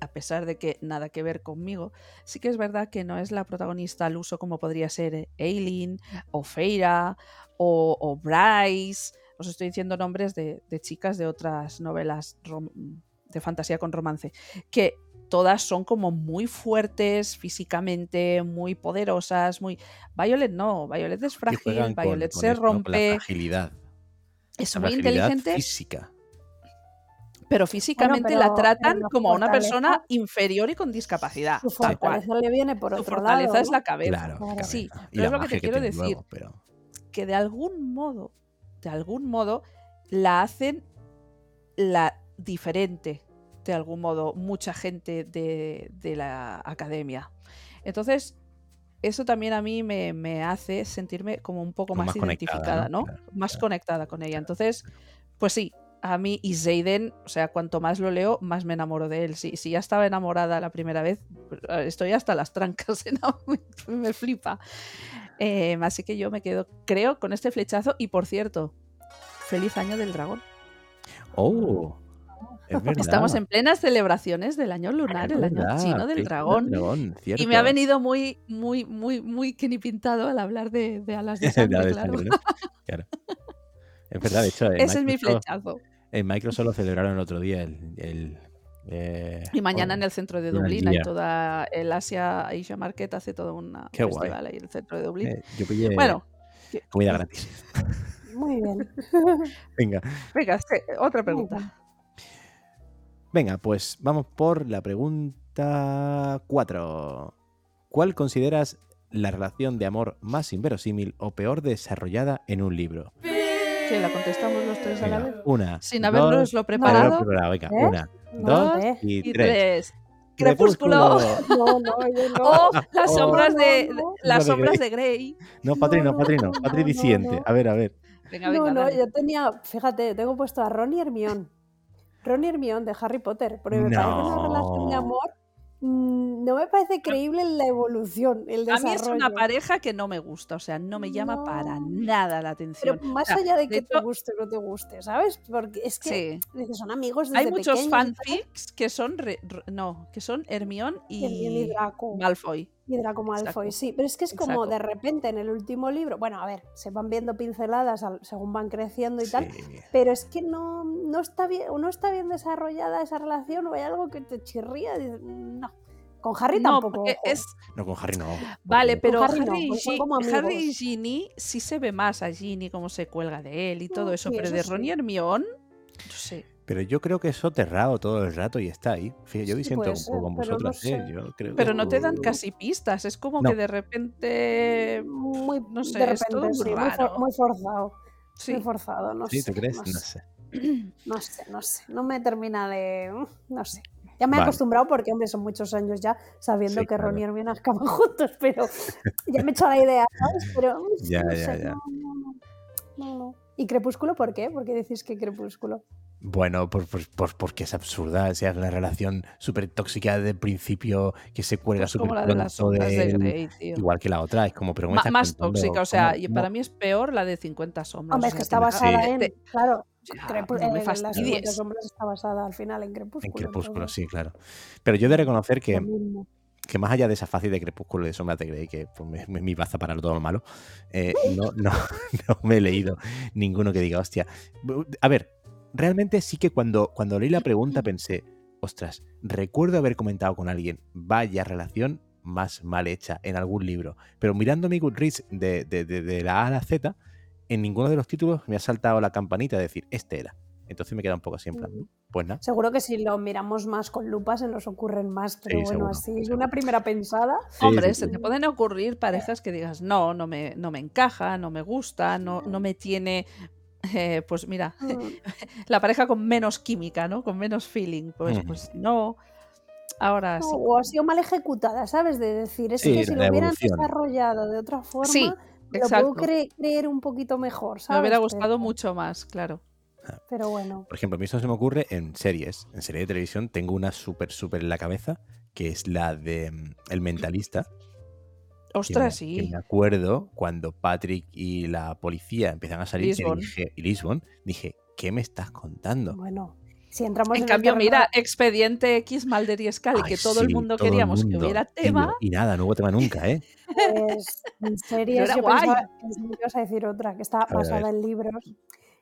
S4: a pesar de que nada que ver conmigo, sí que es verdad que no es la protagonista al uso como podría ser eh, Aileen o Feira o, o Bryce. Os estoy diciendo nombres de, de chicas de otras novelas rom- de fantasía con romance, que todas son como muy fuertes físicamente, muy poderosas, muy... Violet no, Violet es
S3: Que
S4: frágil,
S3: juegan
S4: Violet
S3: con- con
S4: se
S3: eso, ¿no? Con la
S4: rompe,
S3: fragilidad.
S4: es
S3: La
S4: muy
S3: fragilidad
S4: inteligente,
S3: física.
S4: pero físicamente
S5: pero-
S4: la
S5: pero
S4: tratan
S5: la
S4: como a una
S5: fortaleza-
S4: persona inferior y con discapacidad.
S5: Su
S4: Tal cual.
S5: fortaleza le viene por
S4: Su
S5: otro
S4: fortaleza
S5: lado.
S4: es la cabeza.
S3: Claro.
S5: Claro.
S4: Sí,
S3: cabeza.
S4: pero es lo que te
S3: magia
S4: quiero
S3: tiene
S4: decir.
S3: luego, pero
S4: Que de algún modo, de algún modo, la hacen la diferente, de algún modo, mucha gente de, de la academia. Entonces, eso también a mí me, me hace sentirme como un poco
S3: Como
S4: más,
S3: más conectada,
S4: identificada,
S3: ¿no?
S4: ¿no?
S3: Claro,
S4: más
S3: claro.
S4: conectada con ella. Entonces, pues sí, a mí y Zayden, o sea, cuanto más lo leo, más me enamoro de él. Si, si ya estaba enamorada la primera vez, pues, eh, estoy hasta las trancas, enam- me, me flipa. Eh, así que yo me quedo, creo, con este flechazo. Y por cierto, feliz año del dragón.
S3: Oh, es verdad.
S4: Estamos en plenas celebraciones del año lunar,
S3: Es
S4: el año
S3: verdad,
S4: chino del
S3: Cristo
S4: dragón. Y me
S3: cierto.
S4: ha venido muy, muy, muy, muy Kenny pintado al hablar de, de alas de
S3: La
S4: sangre,
S3: de
S4: claro.
S3: sangre, ¿no? Claro. Es verdad, de hecho. en
S4: Ese es mi
S3: Microsoft-
S4: flechazo.
S3: En Microsoft lo celebraron el otro día. El, el, eh,
S4: Y mañana en
S3: oh,
S4: el centro de
S3: gran
S4: Dublín hay
S3: día.
S4: toda el Asia, Asia Market hace todo una,
S3: Qué
S4: un
S3: guay.
S4: festival ahí en el centro de Dublín.
S3: eh, yo pillé
S4: bueno,
S3: comida gratis.
S5: Muy bien.
S3: Venga.
S4: venga, se-
S3: eh.
S4: otra pregunta.
S3: Venga, pues vamos por la pregunta 4. ¿Cuál consideras la relación de amor más inverosímil o peor desarrollada en un libro?
S4: Que la contestamos los tres a la vez.
S3: Venga, una.
S4: Sin
S3: dos,
S4: habernoslo
S3: haberlo
S4: preparado.
S3: preparado, venga,
S5: ¿Eh?
S3: una,
S5: No,
S3: dos
S5: ¿eh?
S3: y,
S4: Y
S3: tres.
S4: tres. Crepúsculo.
S5: No, no, yo no.
S4: O las
S3: Oh.
S4: sombras de, de-
S5: No, no, no.
S4: las
S3: Sombras de
S4: sombras de Grey.
S3: No, Patri, no,
S5: No,
S3: Patri, no. Patri
S5: no,
S3: disiente.
S5: no.
S3: A ver, a ver.
S4: Venga, venga.
S5: No, no,
S4: dale.
S5: yo tenía, fíjate, tengo puesto a Ron y Hermión. Ron y Hermión de Harry Potter, porque me parece una relación de
S3: No.
S5: amor mm, no me parece creíble la evolución, el
S4: A mí es
S5: desarrollo.
S4: una pareja que no me gusta, o sea, no me llama para
S5: No.
S4: nada la atención.
S5: Pero más
S4: O sea,
S5: allá de que te
S4: hecho,
S5: guste o no te guste, ¿sabes? Porque pues es que
S4: sí.
S5: dices, son amigos desde
S4: Hay muchos
S5: pequeños,
S4: fanfics que son re- re- no, que son Hermión
S5: Hermione y
S4: y
S5: Draco.
S4: Malfoy.
S5: Y Draco Malfoy,
S4: Exacto.
S5: sí, pero es que es como
S4: Exacto.
S5: de repente en el último libro, bueno, a ver, se van viendo pinceladas al- según van creciendo y tal,
S3: Sí.
S5: pero es que no, no, está bien, o no está bien desarrollada esa relación o hay algo que te chirría, dices, no, con Harry
S4: No,
S5: tampoco.
S4: porque
S5: ojo.
S4: es
S3: No, con Harry no.
S4: vale,
S3: Porque-
S4: pero
S5: Harry
S4: Harry,
S5: no,
S4: y
S5: porque son
S4: Gi-
S5: como
S4: Harry y
S5: amigos.
S4: Ginny sí se ve más a Ginny cómo se cuelga de él y todo
S5: Mm,
S4: eso,
S5: sí,
S4: pero
S5: eso
S4: de
S5: sí.
S4: Ron y Hermión, no sé.
S3: Pero yo creo que es soterrado todo el rato y está ahí. Fíjate, yo
S5: Sí,
S3: disiento
S5: puede
S3: un
S5: ser,
S3: poco con
S5: pero no
S3: vosotras, ¿eh?
S5: sé.
S3: Yo creo
S4: Pero no te
S5: Uh.
S4: dan
S3: que-
S4: casi pistas, es como
S3: No.
S4: que de repente
S5: Eh, muy,
S4: no sé,
S5: de
S4: es todo
S5: repente,
S4: muy
S5: sí, muy, for-
S4: raro.
S5: muy forzado,
S4: sí.
S5: muy forzado, no
S3: ¿Sí?
S5: sé.
S3: ¿Tú crees?
S5: No,
S3: No
S5: sé,
S3: sé.
S5: no sé, no sé, no me termina de, no sé. Ya me he
S3: Vale.
S5: acostumbrado porque, hombre, son muchos años ya sabiendo
S3: Sí,
S5: que Ron
S3: claro.
S5: y Hermione acaban juntos, pero ya me he hecho la idea, ¿sabes? Pero mm,
S3: Ya,
S5: no
S3: ya,
S5: sé,
S3: ya.
S5: no, no, no, no, no. ¿Y Crepúsculo por qué? ¿Por qué decís que Crepúsculo?
S3: Bueno, por, por- por- porque es absurda, o sea, es una relación súper tóxica de principio que se cuelga
S4: Pues
S3: súper
S4: como la de las
S3: pronto
S4: sombras de
S3: del-
S4: Grey, tío.
S3: Igual que la otra, es como, pero ¿cómo
S4: Ma-
S3: estás
S4: más
S3: contando?
S4: tóxica, o sea,
S3: ¿Cómo-
S4: y
S3: cómo?
S4: para mí es peor la de 50 sombras.
S5: Hombre,
S4: o
S5: es
S4: sea,
S5: que está
S4: te-
S5: basada
S4: te-
S5: en.
S4: te-
S5: Claro,
S3: Ah,
S4: Ya,
S5: Crepú-
S4: no me
S5: eh, las
S4: fastidies.
S5: cincuenta sombras está basada al final en Crepúsculo.
S3: En Crepúsculo,
S5: entonces,
S3: sí, claro. Pero yo he de reconocer que,
S5: lo mismo.
S3: que más allá de esa fase de Crepúsculo y de Sombras de Grey, que pues, es mi- mi baza para todo lo malo, eh, no, no, no me he leído ninguno que diga, hostia. Bu- A ver, realmente sí que cuando, cuando leí la pregunta pensé, ostras, recuerdo haber comentado con alguien, vaya relación más mal hecha en algún libro. Pero mirando mi Goodreads de, de- de- de la A a la Z, en ninguno de los títulos me ha saltado la campanita de decir, este era. Entonces me queda un poco así en plan,
S5: Ujú.
S3: pues nada.
S5: Seguro que si lo miramos más con lupa se nos ocurren más, pero
S3: Sí,
S5: bueno,
S3: seguro,
S5: así
S3: seguro.
S5: una primera pensada.
S4: Hombre,
S3: sí,
S4: se te pueden ocurrir parejas que digas, no, no me, no me encaja, no me gusta, no, no me tiene. eh, pues mira,
S5: mm,
S4: la pareja con menos química, ¿no? Con menos feeling. Pues,
S3: Ujú.
S4: pues no. Ahora sí.
S5: O ha sido mal ejecutada, ¿sabes? De decir, es
S3: Sí,
S5: que si
S3: la
S5: lo hubieran
S3: evolución.
S5: desarrollado de otra forma,
S4: Sí,
S5: me lo puedo
S4: exacto.
S5: cre- creer un poquito mejor, ¿sabes?
S4: Me hubiera
S5: Pero-
S4: gustado mucho más, claro.
S5: Pero bueno,
S3: Por ejemplo, a mí eso se me ocurre en series. En serie de televisión tengo una súper, súper en la cabeza, que es la de mm, El Mentalista. que me-
S4: Ostras,
S3: que
S4: sí.
S3: me acuerdo cuando Patrick y la policía empiezan a salir, que
S4: Lisbon.
S3: dije- y Lisbon, dije, ¿qué me estás contando?
S5: bueno. Si entramos
S4: En
S5: el
S4: cambio,
S5: terreno de
S4: mira, Expediente X, Malder y Scully,
S3: Ay,
S4: que todo el
S3: sí,
S4: mundo
S3: todo el
S4: queríamos que
S3: mundo.
S4: hubiera
S3: Y no-
S4: tema.
S3: Y, nada, no hubo tema nunca, ¿eh?
S5: Pues, en series,
S4: era
S5: yo
S4: guay.
S5: pensaba que ibas a decir otra, que está
S3: ver, a
S5: basada en libros,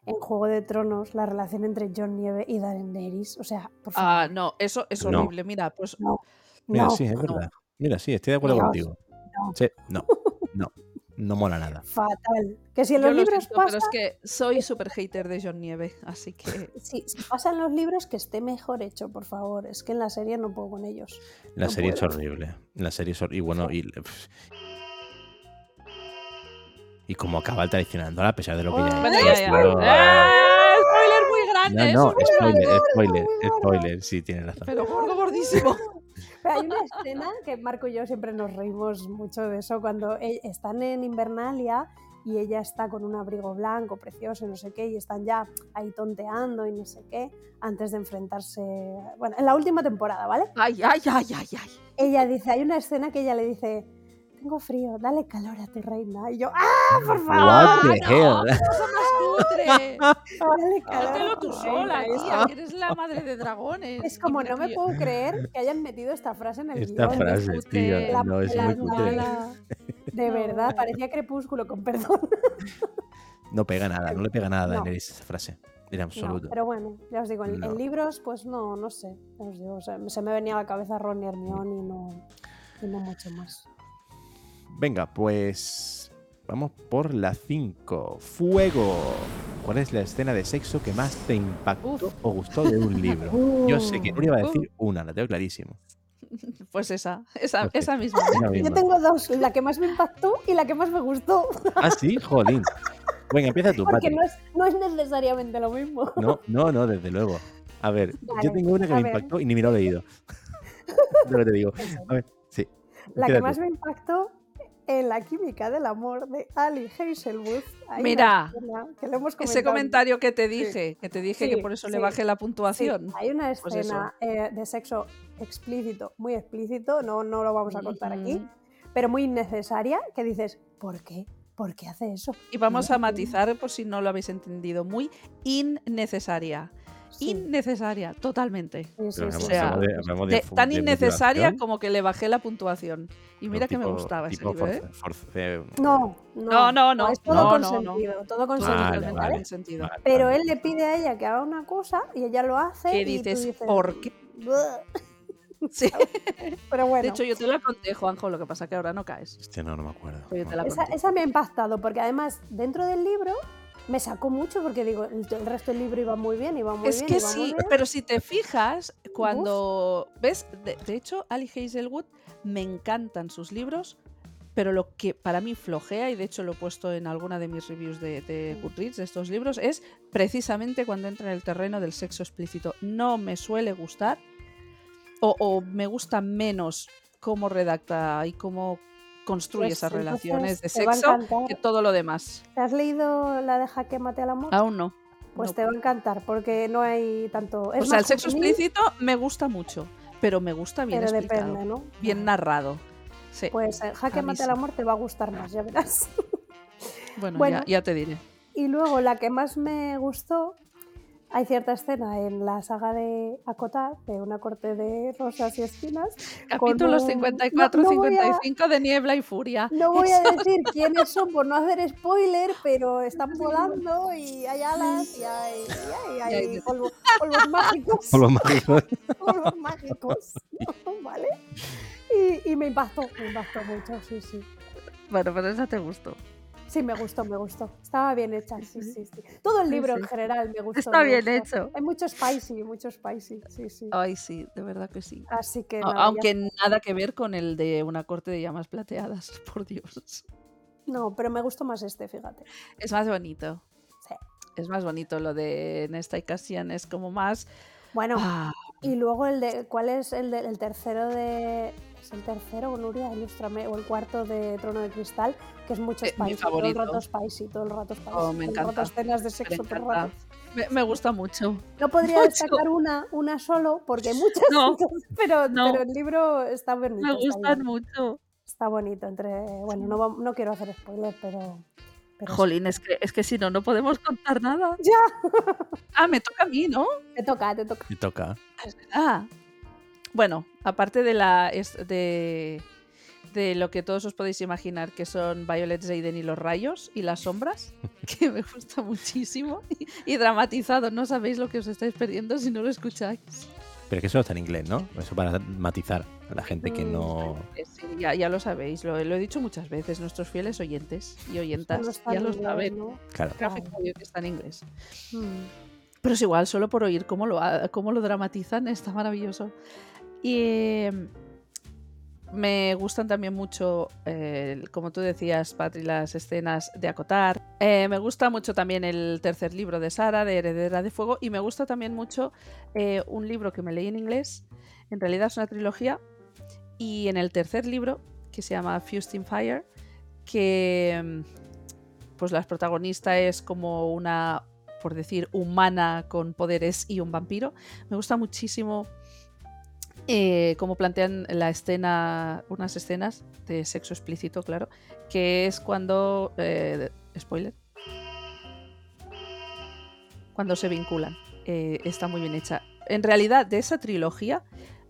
S5: en Juego de Tronos, la relación entre John Nieve y Daenerys. O sea, por favor.
S4: Ah, no, eso es
S3: No.
S4: horrible. Mira, pues
S5: No.
S3: Mira,
S5: no,
S3: sí, es
S4: no.
S3: verdad. Mira, sí, estoy de acuerdo
S5: Dios,
S3: contigo.
S5: no.
S3: Sí, no, no, no mola nada.
S5: fatal. Que si en
S4: yo
S5: los
S4: lo
S5: libros
S4: siento,
S5: pasa,
S4: pero es que soy súper hater de John Nieve, así que
S5: sí, si pasa en los libros, que esté mejor hecho, por favor. Es que en la serie no puedo con ellos.
S3: La
S5: No
S3: serie
S5: puedo.
S3: es horrible. La serie es horrible. Y bueno, y. pff. Y como acaba traicionándola a pesar de lo que ya
S4: Bueno,
S3: es.
S4: ya,
S3: es
S4: ya.
S3: lo-
S5: Ah,
S4: ¡Eh! spoiler muy grande,
S3: No,
S4: eso
S3: no,
S4: es muy grande,
S3: spoiler,
S5: grande,
S3: spoiler,
S5: muy gordo.
S3: spoiler. Sí, tienes razón.
S4: pero gordo gordísimo.
S5: Pero hay una escena que Marco y yo siempre nos reímos mucho de eso, cuando e- están en Invernalia y ella está con un abrigo blanco precioso y no sé qué, y están ya ahí tonteando y no sé qué, antes de enfrentarse, bueno, en la última temporada, ¿vale?
S4: Ay, ay, ay, ay, ay.
S5: Ella dice, hay una escena que ella le dice, tengo frío, dale calor a tu reina, y yo, ¡ah, por
S3: What
S5: favor!
S3: the hell?
S4: Cosa
S5: ah,
S4: más cutre.
S5: Dale calor. a
S4: Háztelo
S5: tu
S4: tú
S5: reina".
S4: sola, tía, que eres la madre de dragones.
S5: ah, Es como,
S4: Y una
S5: no me
S4: crío-
S5: puedo creer que hayan metido esta frase en el
S3: Esta
S5: guión.
S3: frase,
S4: cutre.
S3: tío,
S5: Eh, La-
S3: no es
S5: la-
S3: muy
S5: la-
S3: cutre.
S5: la- De
S4: No.
S5: verdad, parecía crepúsculo, con perdón.
S3: No pega nada, no le pega nada a
S5: No.
S3: Daenerys esa frase. En
S5: No,
S3: absoluto.
S5: pero bueno, ya os digo, en, en
S3: No.
S5: libros, pues no, no sé. ya os digo, se, se me venía a la cabeza Ron y Hermione y no, y no mucho más.
S3: Venga, pues. Vamos por la 5. ¡Fuego! ¿Cuál es la escena de sexo que más te impactó o gustó de un libro? Yo
S4: Uh.
S3: sé que no iba a decir una, la tengo clarísimo.
S4: Pues esa, esa,
S3: Ok.
S4: esa misma.
S3: Esa
S5: Yo
S3: misma.
S5: tengo dos, la que más me impactó y la que más me gustó,
S3: Ah, sí, jolín. Venga, empieza tú,
S5: porque
S3: Patrick.
S5: no es, no es necesariamente lo mismo.
S3: No, no, no, desde luego. A ver,
S5: Vale,
S3: yo tengo una que
S5: a
S3: me
S5: ver.
S3: impactó y ni me lo he leído. Es lo que te digo. A ver, sí.
S5: La
S3: empieza
S5: que
S3: tú.
S5: más me impactó en la química del amor de Ali Hazelwood. Hay una
S4: Mira,
S5: escena que lo hemos
S4: Ese
S5: comentado.
S4: comentario que te dije, que te dije que
S5: Sí,
S4: por eso
S5: sí.
S4: le bajé la
S5: Sí,
S4: puntuación.
S5: hay una
S4: Pues eso.
S5: escena eh, de sexo explícito, muy explícito, no, no lo vamos a contar aquí, pero muy innecesaria, que dices, ¿por qué? ¿Por qué hace eso?
S4: Y vamos
S5: Mira,
S4: a matizar, por si no lo habéis entendido, muy innecesaria.
S5: Sí,
S4: Innecesaria, totalmente.
S5: sí, sí,
S3: Pero
S5: sí,
S3: hablamos-
S5: sí.
S4: sea,
S3: hablamos de- hablamos de
S4: De-
S3: fu-
S4: tan
S3: de
S4: innecesaria
S3: motivación,
S4: como que le bajé la puntuación. Y
S3: pero
S4: mira que me
S3: tipo-
S4: gustaba ese
S3: tipo
S4: libro, ¿eh?
S3: forza- forza- eh,
S5: No, no,
S4: No, no, no,
S5: Es todo
S4: no, no, no.
S5: consentido, todo consentido.
S3: Vale,
S4: Totalmente
S3: vale.
S4: consentido.
S3: vale,
S5: Pero
S3: vale.
S5: él le pide a ella que haga una cosa y ella lo hace.
S4: Que
S5: y tú
S4: dices, "¿Por qué?".
S5: "Buah".
S4: Sí.
S5: Pero bueno,
S4: De hecho, yo te lo aconsejo, Anjo, lo que pasa que ahora no caes.
S3: Hostia, no, no me acuerdo.
S4: Oye, te la-
S5: esa, esa me ha impactado porque además dentro del libro me sacó mucho porque digo, el, el resto del libro iba muy bien, iba muy
S4: Es
S5: bien.
S4: que
S5: iba muy
S4: sí,
S5: bien.
S4: pero si te fijas, cuando ves, de, de hecho, Ali Hazelwood me encantan sus libros, pero lo que para mí flojea, y de hecho lo he puesto en alguna de mis reviews de,
S5: Mm.
S4: de Goodreads, de estos libros, es precisamente cuando entra en el terreno del sexo explícito. No me suele gustar, o, o me gusta menos cómo redacta y cómo construye
S5: Pues,
S4: esas
S5: entonces,
S4: relaciones de
S5: te va a
S4: sexo
S5: encantar.
S4: que todo lo demás.
S5: ¿Te has leído la de Jaque Mate al Amor?
S4: Aún no.
S5: pues
S4: no.
S5: te va a encantar porque no hay tanto... es
S4: o sea,
S5: más
S4: el sexo
S5: juvenil,
S4: explícito me gusta mucho, pero me gusta bien
S5: Pero
S4: explicado,
S5: depende, ¿no?
S4: bien narrado. Sí,
S5: Pues eh,
S4: A
S5: Jaque
S4: mí
S5: Mate al
S4: sí.
S5: Amor te va a gustar más, ya verás.
S4: bueno,
S5: bueno.
S4: Ya, ya te diré.
S5: Y luego la que más me gustó, hay cierta escena en la saga de Acotar, de una corte de rosas y espinas.
S4: Capítulos
S5: un-
S4: 54,
S5: No, no voy a-
S4: 55 de Niebla y Furia.
S5: No voy a decir quiénes son por no hacer spoiler, pero están volando y hay alas y hay, y hay-
S4: Y hay
S5: hay
S4: de-
S5: polvo- polvos mágicos.
S3: Por lo mágico.
S5: Polvos mágicos, ¿vale? Y, y me impactó, me impactó mucho, sí, sí.
S4: Bueno, pero esa te gustó.
S5: Sí, me gustó, me gustó. Estaba bien hecha, sí, sí, sí. Todo el
S4: Sí,
S5: libro
S4: sí.
S5: en general me gustó.
S4: Está
S5: me
S4: bien
S5: gustó.
S4: hecho.
S5: Hay mucho spicy, mucho spicy, sí, sí.
S4: Ay, sí, de verdad que sí.
S5: Así que.
S4: A-
S5: nada, ya-
S4: ah, Aunque nada que ver con el de una corte de llamas plateadas, por Dios.
S5: No, pero me gustó más este, fíjate.
S4: Es más bonito.
S5: Sí.
S4: Es más bonito lo de Nesta y Cassian, es como más...
S5: Bueno,
S4: Ah,
S5: y luego el de. ¿Cuál es el, de- el tercero de.? Es el tercero, Nuria, ilústrame, o el cuarto de Trono de Cristal, que es mucho
S4: Eh, mi
S5: spicy. Todo el
S4: favorito.
S5: rato spicy, todo el rato spicy.
S4: Oh, me
S5: todo el rato
S4: encanta,
S5: escenas de sexo, todo el rato.
S4: me, me gusta mucho.
S5: No podría
S4: Mucho.
S5: destacar una, una solo, porque hay muchas,
S4: No,
S5: pero,
S4: no.
S5: pero el libro está bonito.
S4: Me
S5: está
S4: gustan
S5: bien.
S4: mucho.
S5: está bonito entre bueno no, vam- no quiero hacer spoiler pero, pero sí.
S4: Jolín, es que, es que si no, no podemos contar nada.
S5: ya
S4: Ah, me toca a mí, ¿no?
S5: te toca te toca
S3: Y toca.
S4: Ah. Bueno, aparte de la es- de, de lo que todos os podéis imaginar, que son Violet Zayden y los rayos y las sombras, que me gusta muchísimo, y, y dramatizado, no sabéis lo que os estáis perdiendo si no lo escucháis.
S3: Pero es que eso está en inglés, ¿no? Eso para matizar a la gente que
S5: Mm,
S3: no.
S4: Eh, sí, ya, ya lo sabéis, lo, lo he dicho muchas veces, nuestros fieles oyentes y
S5: No
S4: oyentas
S5: está
S4: ya lo
S5: bien,
S4: saben.
S5: ¿no?
S3: Claro.
S4: Graphic Audio que está en inglés.
S5: Mm.
S4: Pero es igual, solo por oír cómo lo, ha- cómo lo dramatizan, está maravilloso. Y eh, me gustan también mucho, eh, como tú decías, Patri, las escenas de acotar. Eh, me gusta mucho también el tercer libro de Sara, de Heredera de Fuego. Y me gusta también mucho eh, un libro que me leí en inglés. En realidad es una trilogía. Y en el tercer libro, que se llama Fused in Fire, que mm, pues la protagonista es como una por decir, humana con poderes y un vampiro. Me gusta muchísimo eh, cómo plantean la escena, unas escenas de sexo explícito, claro, que es cuando, eh, spoiler, cuando se vinculan. Eh, está muy bien hecha. En realidad, de esa trilogía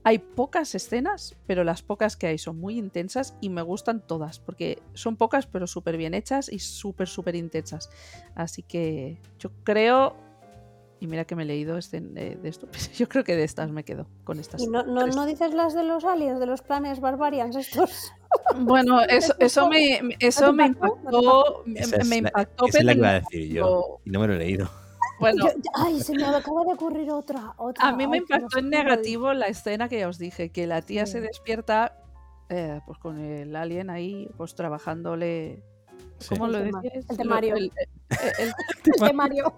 S4: hay pocas escenas, pero las pocas que hay son muy intensas y me gustan todas, porque son pocas, pero súper bien hechas y súper, súper intensas. Así que yo creo. Y mira que me he leído este, eh, de esto, pero yo creo que de estas me quedo con estas.
S5: y no, no,
S4: tres.
S5: no dices las de los aliens de los planes barbarians estos
S4: Bueno, eso, eso me, me- eso me
S5: impactó? ¿No te
S4: impactó.
S3: Esa
S4: Me,
S3: es
S4: me
S3: la-
S4: impactó,
S3: esa es la que
S4: pero
S3: iba a decir yo.
S4: no-
S3: Y no me lo he leído.
S4: Bueno,
S5: Yo- yo- ay se me acaba de ocurrir otra, otra
S4: a mí me
S5: ay, que
S4: impactó
S5: nos
S4: en
S5: hemos
S4: negativo la escena que ya os dije, que la tía se
S5: Sí.
S4: despierta eh, pues con el alien ahí, pues trabajándole.
S3: Sí.
S4: ¿Cómo
S5: El
S4: lo
S5: tema-
S4: decías?
S5: el
S4: Lo-
S5: temario.
S4: el- eh, el-
S5: olvidado. el temario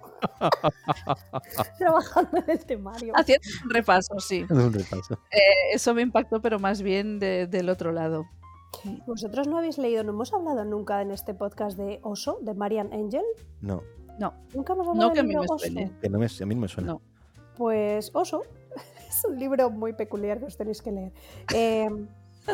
S5: trabajando en el temario
S4: haciendo un repaso, sí.
S3: Un repaso.
S4: eso me impactó, pero más bien de- del otro lado.
S5: Vosotros no habéis leído, no hemos hablado nunca en este podcast de Oso, de Marian Angel.
S3: No,
S5: Nunca hemos hablado
S4: No que a
S5: del
S4: mí
S5: libro
S4: me
S5: Oso.
S4: suene.
S3: que no me, a mí no me suena.
S4: No.
S5: Pues Oso es un libro muy peculiar que os tenéis que leer. Eh,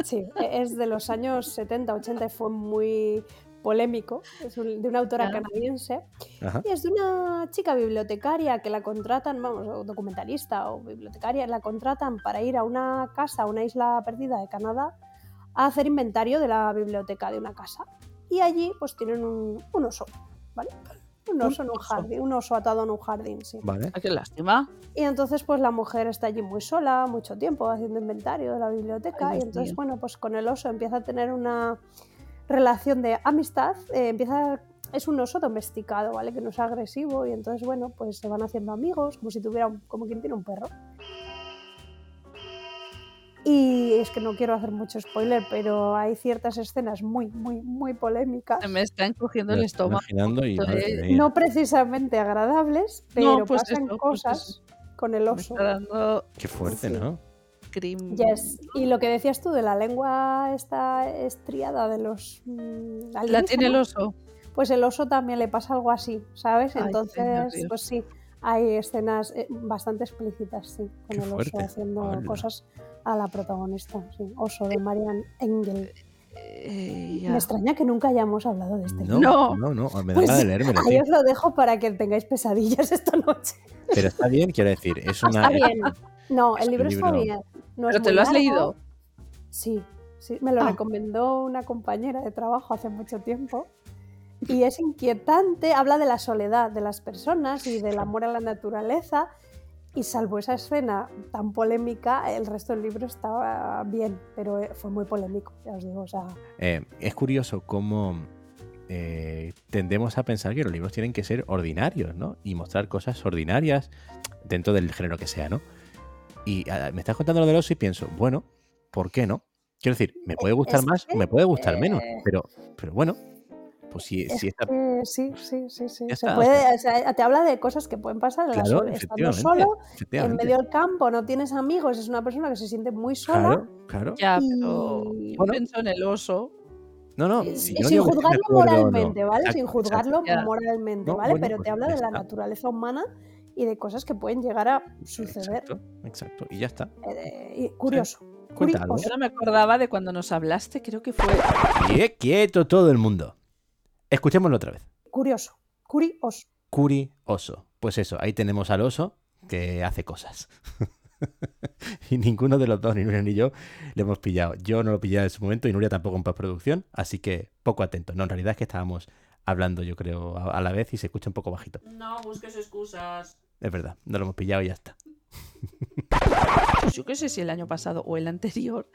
S5: sí, e-, es de los años 70, 80 y fue muy polémico. Es un- de una autora
S6: Claro.
S5: canadiense.
S3: Ajá.
S5: Y es de una chica bibliotecaria que la contratan, vamos, o documentalista o bibliotecaria, la contratan para ir a una casa, a una isla perdida de Canadá, a hacer inventario de la biblioteca de una casa. Y allí pues tienen un, un oso, ¿vale? Un oso en un jardín, un oso atado en un jardín, sí.
S3: Vale.
S4: Ah, qué lástima.
S5: Y entonces pues la mujer está allí muy sola, mucho tiempo, haciendo inventario de la biblioteca.
S4: Ay,
S5: y
S4: Dios
S5: entonces,
S4: mío.
S5: bueno, pues con el oso empieza a tener una relación de amistad. eh, empieza, es un oso domesticado, ¿vale? Que no es agresivo. Y entonces, bueno, pues se van haciendo amigos, como si tuviera, un- como quien tiene un perro. Y es que no quiero hacer mucho spoiler, pero hay ciertas escenas muy, muy, muy polémicas.
S4: Se me está encogiendo
S3: Me
S4: el
S3: lo estoy
S4: estómago.
S3: imaginando y eh,
S4: un poquito
S3: madre
S4: de-
S3: mía.
S5: Eh, No precisamente agradables, pero
S4: Em, No, pues
S5: pasan
S4: eso, pues
S5: cosas con el
S4: Me
S5: oso.
S4: está dando
S3: Qué fuerte,
S5: Sí.
S3: ¿no?
S4: crim.
S5: Yes. Y lo que decías tú de la lengua esta estriada de los mm,
S4: La tiene el
S5: alienígenas,
S4: oso.
S5: pues el oso también le pasa algo así, ¿sabes?
S4: Ay, señor
S5: Entonces,
S4: Dios.
S5: pues sí, hay escenas eh, bastante explícitas, sí, con
S3: Qué
S5: el oso
S3: fuerte.
S5: haciendo
S3: Hala.
S5: cosas a la protagonista, sí, oso de Marian Engel.
S4: Eh, ya.
S5: Me extraña que nunca hayamos hablado de este.
S3: No, no,
S4: No.
S3: no, ah, me da
S5: Pues,
S3: ganas de leérmelo,
S5: Ahí
S3: tío.
S5: os lo dejo para que tengáis pesadillas esta noche.
S3: Pero está bien, quiero decir, es una... eh,
S5: Está bien. No,
S3: Es
S5: el
S3: un
S5: libro está
S3: libro.
S5: bien. No es
S4: Pero te
S5: Pues muy
S4: lo has
S5: largo.
S4: leído.
S5: Sí, sí, me lo
S4: Ah.
S5: recomendó una compañera de trabajo hace mucho tiempo. Y es inquietante, habla de la soledad de las personas y del amor a la naturaleza. Y salvo esa escena tan polémica, el resto del libro estaba bien, pero eh, fue muy polémico, ya os digo. O sea,
S3: Eh, es curioso cómo eh, tendemos a pensar que los libros tienen que ser ordinarios, ¿no? Y mostrar cosas ordinarias dentro del género que sea, ¿no? Y ah, me estás contando lo del oso y pienso, bueno, ¿por qué no? Quiero decir, me puede gustar
S5: es
S3: más,
S5: que,
S3: me puede gustar menos,
S5: eh,
S3: pero, pero bueno, pues si, si esta-
S5: eh, sí, sí, sí, sí.
S3: Ya
S5: Se
S3: está, o
S5: puede, o sea, te habla de cosas que pueden pasar en la
S3: Claro,
S5: sole- estando
S3: efectivamente,
S5: solo, en
S3: efectivamente,
S5: medio del campo, no tienes amigos, es una persona que se siente muy sola.
S3: Claro, claro.
S4: Ya, pero
S5: Y-
S4: yo
S3: Bueno.
S4: pienso en el oso.
S3: No, no,
S5: Eh,
S3: si
S5: sí,
S3: yo no
S5: sin
S3: digo que esté de
S5: juzgarlo
S3: acuerdo o no.
S5: moralmente, ¿vale? sin
S3: Exacto, exacto.
S5: juzgarlo
S4: Ya.
S5: moralmente,
S3: No,
S5: ¿vale?
S3: bueno,
S5: Pero
S3: pues
S5: te habla
S3: ya
S5: de la
S3: está.
S5: naturaleza humana y de cosas que pueden llegar a suceder.
S3: Exacto, exacto. Y ya está.
S5: Eh, y curioso.
S3: Cuenta algo.
S5: Curioso.
S4: Pues Yo no me acordaba de cuando nos hablaste, creo que fue.
S3: Bien, quieto todo el mundo. Escuchémoslo otra vez.
S5: Curioso. Curioso.
S3: Curioso. oso. Pues eso, ahí tenemos al oso que hace cosas. y ninguno de los dos, ni Nuria ni yo, le hemos pillado. Yo no lo pillé en su momento y Nuria tampoco en postproducción, así que poco atento. No, en realidad es que estábamos hablando, yo creo, a, a la vez y se escucha un poco bajito.
S4: No busques excusas.
S3: Es verdad, no lo hemos pillado y ya está.
S4: Pues yo qué sé si el año pasado o el anterior,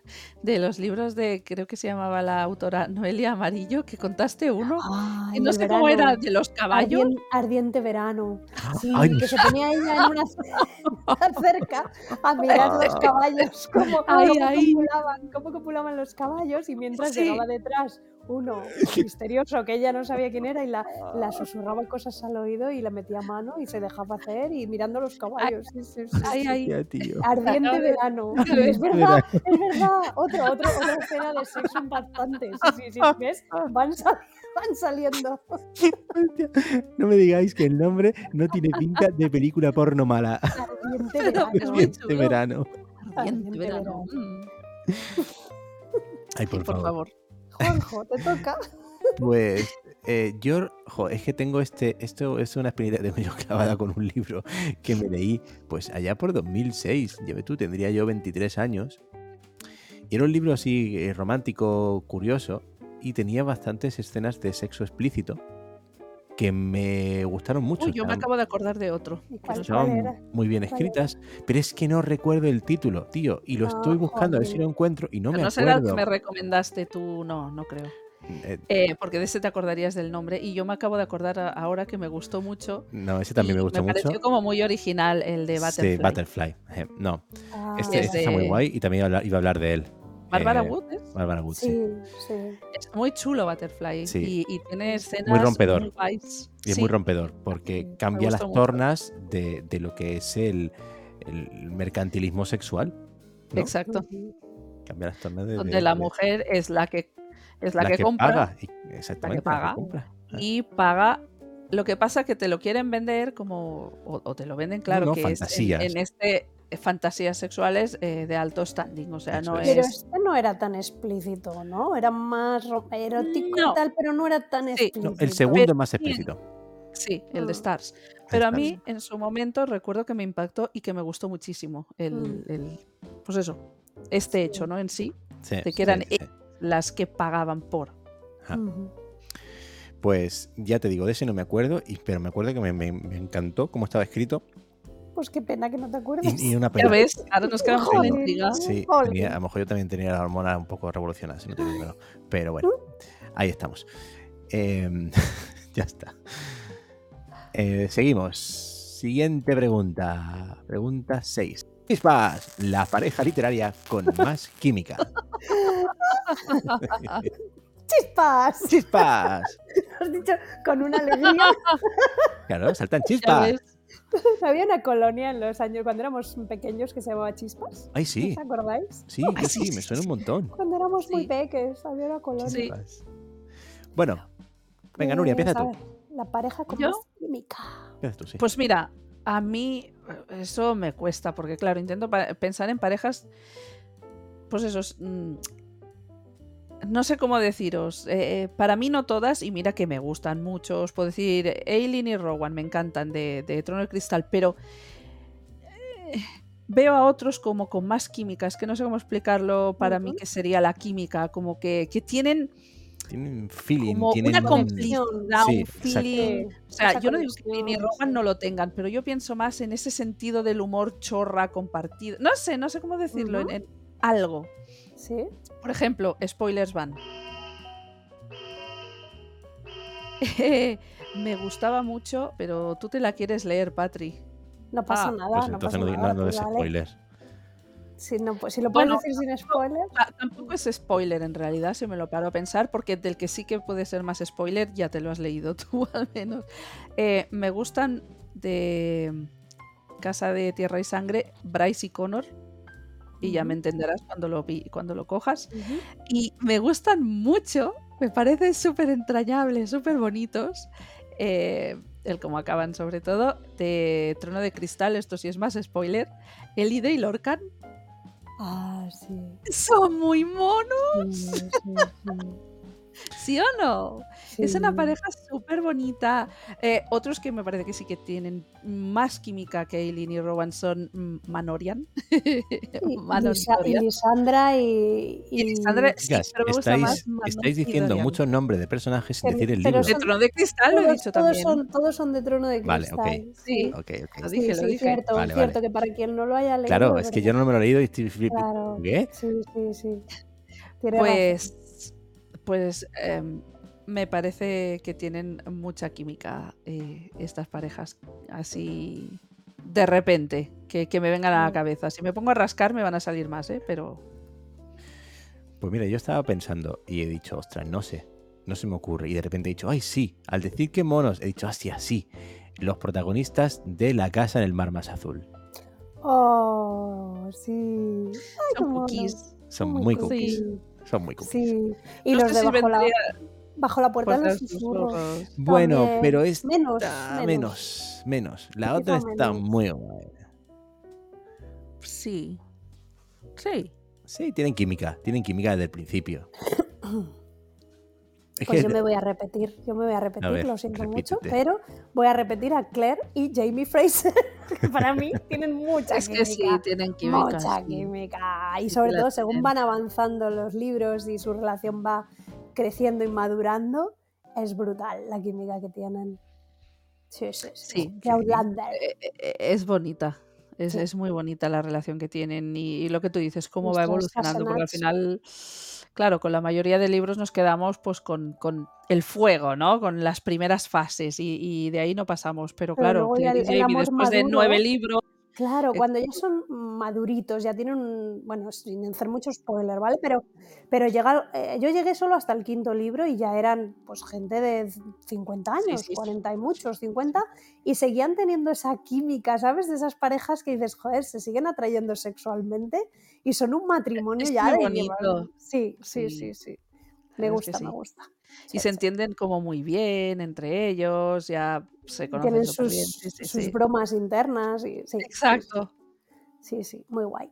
S4: de los libros de, creo que se llamaba la autora Noelia Amarillo, que contaste uno.
S5: Ay,
S4: que no
S5: el
S4: sé cómo
S5: verano.
S4: era, de los caballos. Ah,
S5: Ardien- ardiente verano. Sí,
S3: Ay,
S5: que se ponía ella en una cerca a mirar los caballos, cómo,
S4: Ay,
S5: cómo
S4: ay.
S5: copulaban, cómo copulaban los caballos y mientras
S4: Sí.
S5: llegaba detrás uno misterioso que ella no sabía quién era y la,
S4: Ah.
S5: la susurraba cosas al oído y la metía mano y se dejaba hacer y mirando los caballos. Sí, sí, sí,
S4: Ay,
S5: sí.
S4: ay.
S3: Ya, tío.
S5: Ardiente
S4: Acabo de-
S5: verano.
S4: acabo de
S5: Es verdad, es verdad. Otro, otro, otra escena de sexo impactante. Sí, sí, sí. ¿Ves? Van, sal- van saliendo.
S3: No me digáis que el nombre no tiene pinta de película porno mala.
S5: Ardiente
S4: Pero, pero,
S5: verano.
S4: muy
S3: Este
S4: chulo.
S3: verano.
S4: Ardiente
S5: Ardiente
S4: verano. Mm.
S3: Ay,
S4: Sí,
S3: por, favor.
S5: Juanjo, te toca.
S3: Pues eh, yo, jo, es que tengo este, esto es una experiencia que tengo yo clavada con un libro que me leí, pues allá por 2006, ya ve tú, tendría yo 23 años. Y era un libro así eh, romántico, curioso, y tenía bastantes escenas de sexo explícito que me gustaron mucho.
S4: Uy, yo me
S3: estaban-
S4: acabo de acordar de otro.
S5: ¿Y
S3: pues
S5: cuál-
S3: estaban
S5: cuál era?
S3: muy bien
S5: ¿Cuál
S3: escritas, pero es que no recuerdo el título, tío, y lo
S5: Ah,
S3: estoy buscando a ver si
S5: jolín.
S3: lo encuentro y no me
S4: No será el que
S3: acuerdo.
S4: me recomendaste tú, no, no creo.
S3: Eh,
S4: Eh, porque de ese te acordarías del nombre. Y yo me acabo de acordar a- ahora que me gustó mucho.
S3: no, ese Este también
S4: y
S3: me gustó mucho.
S4: pareció como muy original el de Butterfly.
S3: Sí, Butterfly. eh, no,
S5: Ah,
S3: Este,
S4: es
S3: este
S5: vale.
S3: está muy
S4: de-
S3: guay y también habla- iba a hablar de él.
S4: Bárbara
S3: Eh,
S4: Wood, ¿eh?
S3: Bárbara Wood, sí.
S5: Sí,
S3: este.
S5: sí.
S4: Es muy chulo Butterfly
S3: Sí.
S4: y, y tiene escenas
S3: rompedor.
S4: muy guays.
S3: Y es
S4: Sí,
S3: muy rompedor porque
S5: Me
S3: cambia las
S4: gustó mucho.
S3: tornas de, de lo que es el, el mercantilismo sexual. ¿no?
S4: Exacto.
S5: Ujú.
S3: Cambiar las tornas de.
S4: donde
S3: de-
S4: la
S3: de-
S4: mujer es la que es la,
S3: la
S4: que, compra
S3: paga, y- Exactamente. la que
S4: paga.
S3: compra. Ah,
S4: y paga. Lo que pasa que te lo quieren vender como o, o te lo venden claro
S3: no,
S4: que es en-
S3: fantasías.
S4: en, este eh, fantasías sexuales eh, de alto standing, o sea,
S3: Eso
S4: no
S3: es.
S5: Pero
S4: es
S5: este no era tan explícito, ¿no? Era más ro- erótico
S4: No.
S5: y tal, pero no era tan
S4: Sí.
S5: explícito.
S3: No, el segundo es más
S4: Pero-
S3: explícito.
S4: sí, el de
S5: Ah.
S4: Stars. Pero a
S3: Stars.
S4: mí en su momento recuerdo que me impactó y que me gustó muchísimo el,
S5: Mm.
S4: el- pues eso, este hecho, ¿no? En sí,
S3: Sí,
S4: de que
S3: sí,
S4: eran-
S3: sí, sí.
S4: las que pagaban por.
S3: Ah.
S5: Ujú.
S3: Pues ya te digo, de ese no me acuerdo, y, pero me acuerdo que me, me- me encantó cómo estaba escrito.
S5: Pues qué pena que no te acuerdes.
S3: Y, y una
S4: Ya
S3: pena.
S4: ves, ahora nos quedamos con la
S5: Joder.
S4: intriga.
S3: Sí,
S5: Ole.
S3: tenía- a lo mejor yo también tenía las hormonas un poco revolucionadas, si no te digo que no. Pero bueno, ahí estamos. Em, ya está. Eh, seguimos. Siguiente pregunta. Pregunta 6. Chispas, la pareja literaria con más química.
S5: ¡Chispas!
S3: ¡Chispas!
S5: Has dicho con una alegría.
S3: Claro, saltan
S4: Ya
S3: chispas.
S4: ves,
S5: Había una colonia en los años cuando éramos pequeños que se llamaba Chispas.
S3: Ay, sí.
S5: ¿Os acordáis?
S3: Sí,
S4: Ay,
S3: yo
S4: sí,
S3: sí,
S4: sí,
S3: me
S4: sí,
S3: suena un
S4: sí.
S3: montón.
S5: Cuando éramos muy
S4: Sí.
S5: pequeños había una colonia.
S4: Sí.
S3: Chispas. Bueno, venga, Nuria, empieza
S5: Pues, a
S3: tú.
S5: ver, La pareja con
S4: ¿Yo?
S5: más química.
S3: Empieza tú, sí.
S4: Pues mira, a mí eh, eso me cuesta, porque claro, intento pa- pensar en parejas, pues esos... mm, No sé cómo deciros, eh, para mí no todas, y mira que me gustan mucho, os puedo decir, Eileen y Rowan me encantan de, de Trono de Cristal, pero eh, veo a otros como con más químicas, que no sé cómo explicarlo para mí,
S5: Ujú.
S4: que sería la química, como que, que tienen
S3: tienen feeling,
S4: Pues como
S3: tienen
S4: una complicidad,
S3: Sí,
S4: un
S3: exacto.
S4: feeling, o sea,
S5: Esa
S4: yo no digo que
S5: conexión,
S4: ni Roman
S5: sí.
S4: no lo tengan, pero yo pienso más en ese sentido del humor chorra compartido. No sé, no sé cómo decirlo, en, en algo.
S5: Sí.
S4: Por ejemplo, spoilers van. me gustaba mucho, pero tú te la quieres leer, Patri.
S5: No pasa
S4: Ah,
S5: nada.
S3: Pues
S5: no
S3: entonces
S5: pasa
S3: no, digo-
S5: nada.
S3: no, no
S5: pues
S3: des
S5: vale.
S3: spoilers.
S5: Si, no, pues, si lo puedes
S4: Bueno,
S5: decir sin spoiler.
S4: Ta- Ah, Tampoco es spoiler en realidad, si me lo paro a pensar, porque del que sí que puede ser más spoiler, ya te lo has leído tú al menos. Eh, me gustan de Casa de Tierra y Sangre, Bryce y Connor. Y ya me entenderás cuando lo, vi- cuando lo cojas. Y me gustan mucho, me parecen súper entrañables, súper bonitos. eh, el cómo acaban, sobre todo, de Trono de Cristal, esto sí es más spoiler. Elide y Lorcan
S5: Ah, sí.
S4: son muy monos.
S5: sí, sí,
S4: ¿Sí o no?
S5: sí,
S4: Es una
S5: sí.
S4: pareja súper bonita. Eh, otros que me parece que sí que tienen más química que Eileen y Rowan son mm, Manorian.
S5: Y- y
S4: Manon
S5: Lisa- y
S4: Dorian.
S5: Lisandra y,
S4: Y Lisandra, sí,
S3: Chicas,
S4: pero me gusta
S3: estáis,
S4: más Manon
S3: estáis
S4: y
S3: diciendo
S4: Dorian.
S3: muchos nombres de personajes sin
S5: Pero-
S3: decir el
S5: pero
S3: libro.
S4: De
S5: son-
S4: Trono de Cristal lo he
S5: Todos-
S4: dicho
S5: todos
S4: también.
S5: Son, todos son de trono de
S3: Vale, ok.
S5: cristal.
S4: Sí,
S3: Ok, ok.
S4: lo
S5: Sí,
S4: dije,
S5: sí,
S4: lo dije.
S5: cierto,
S3: Vale,
S5: cierto,
S3: vale.
S5: que para quien no lo haya leído.
S3: Claro, es que yo
S5: ¿verdad?
S3: no me lo he leído y estoy flipando.
S5: Claro.
S3: ¿Qué?
S5: Sí, sí, sí. Tiene
S4: Pues, pues em, me parece que tienen mucha química eh, estas parejas. Así de repente, que, que me vengan a la
S5: Mm.
S4: cabeza. Si me pongo a rascar me van a salir más, ¿eh? Pero...
S3: Pues mira, yo estaba pensando y he dicho, ostras, no sé, no se me ocurre. Y de repente he dicho, ay, sí. Al decir que monos, he dicho, así, así. Los protagonistas de La Casa en el Mar Más Azul.
S5: razón. Oh, sí. Ay, qué
S4: Son
S5: mono.
S4: cookies.
S3: Son muy
S5: cookies.
S3: cookies. Son muy cookies.
S5: pues Sí. Y
S4: No
S5: los
S4: sé
S5: de
S4: si
S5: bajo, la,
S4: vendría
S5: bajo la puerta de
S4: puertas
S5: los
S4: sus
S5: susurros.
S4: ojos.
S3: Bueno,
S5: También.
S3: pero es
S5: Menos,
S3: Ah,
S5: menos.
S3: menos, menos. La
S5: Quizá
S3: otra está
S5: menos.
S3: muy buena.
S4: Sí. Sí.
S3: Sí, tienen química, tienen química desde el principio. Es
S5: Pues
S3: que-
S5: yo me voy a repetir, yo me voy a repetir,
S3: ver,
S5: lo siento mucho,
S3: repítete.
S5: pero voy a repetir a Claire y Jamie Fraser, que para mí tienen mucha
S4: Es
S5: química.
S4: que sí, tienen química.
S5: mucha
S4: sí.
S5: química.
S4: Sí,
S5: Y
S4: sí
S5: sobre
S4: la
S5: todo, según
S4: tienen.
S5: van avanzando los libros y su relación va creciendo y madurando, es brutal la química que tienen. Sí, sí, sí.
S4: Sí.
S5: De Outlander.
S4: Eh, eh, Es bonita. Es,
S5: Sí.
S4: es muy bonita la relación que tienen y, y lo que tú dices, cómo va
S5: Nuestros
S4: evolucionando, porque al
S5: Sassenach.
S4: final, claro, con la mayoría de libros nos quedamos pues con, con el fuego, ¿no? Con las primeras fases y, y de ahí no pasamos, pero
S5: Pero
S4: claro,
S5: luego ya
S4: Claire y
S5: el- el
S4: Jamie,
S5: amor
S4: después de
S5: maduro.
S4: nueve libros,
S5: Claro, cuando ya son maduritos, ya tienen, un- bueno, sin hacer mucho spoiler, ¿vale? Pero, pero llegar, eh, yo llegué solo hasta el quinto libro y ya eran pues gente de 50
S4: Sí,
S5: años,
S4: sí, sí.
S5: 40 y muchos, 50, y seguían teniendo esa química, ¿sabes? De esas parejas que dices, joder, se siguen atrayendo sexualmente y son un matrimonio
S4: Es
S5: ya
S4: muy
S5: de
S4: bonito.
S5: llevar- Sí, sí,
S4: Sí.
S5: sí, sí.
S4: La
S5: Me
S4: verdad es que
S5: gusta, me
S4: sí.
S5: gusta.
S4: Y
S5: Sí,
S4: se
S5: sí.
S4: entienden como muy bien entre ellos, ya se conocen
S5: Tienen
S4: súper
S5: sus,
S4: bien. Sí, sí,
S5: sus
S4: sí.
S5: bromas internas. Y, sí, sí,
S4: Exacto.
S5: Sí, sí, muy guay.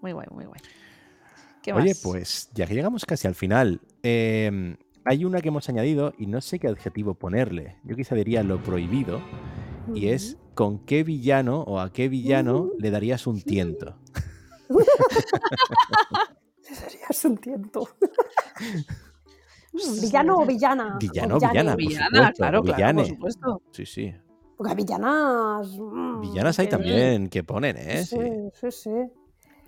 S4: Muy guay, muy guay. ¿Qué
S3: Oye,
S4: más?
S3: pues ya que llegamos casi al final, eh, hay una que hemos añadido y no sé qué adjetivo ponerle. Yo quizá diría lo prohibido y es con qué villano o a qué villano le darías un tiento.
S5: Serías un tiento.
S4: Ostras,
S5: ¿Villano
S4: la
S5: o villana?
S3: Villano,
S5: O
S3: villana. por
S5: villane.
S4: Mm, Villana,
S3: supuesto,
S4: claro, claro, por
S3: pues, villanes.
S4: supuesto.
S3: Sí, sí.
S5: Porque hay villanas. mm,
S3: Villanas hay
S5: que-
S3: también que ponen, ¿eh? Sí.
S5: Sí, sí, sí.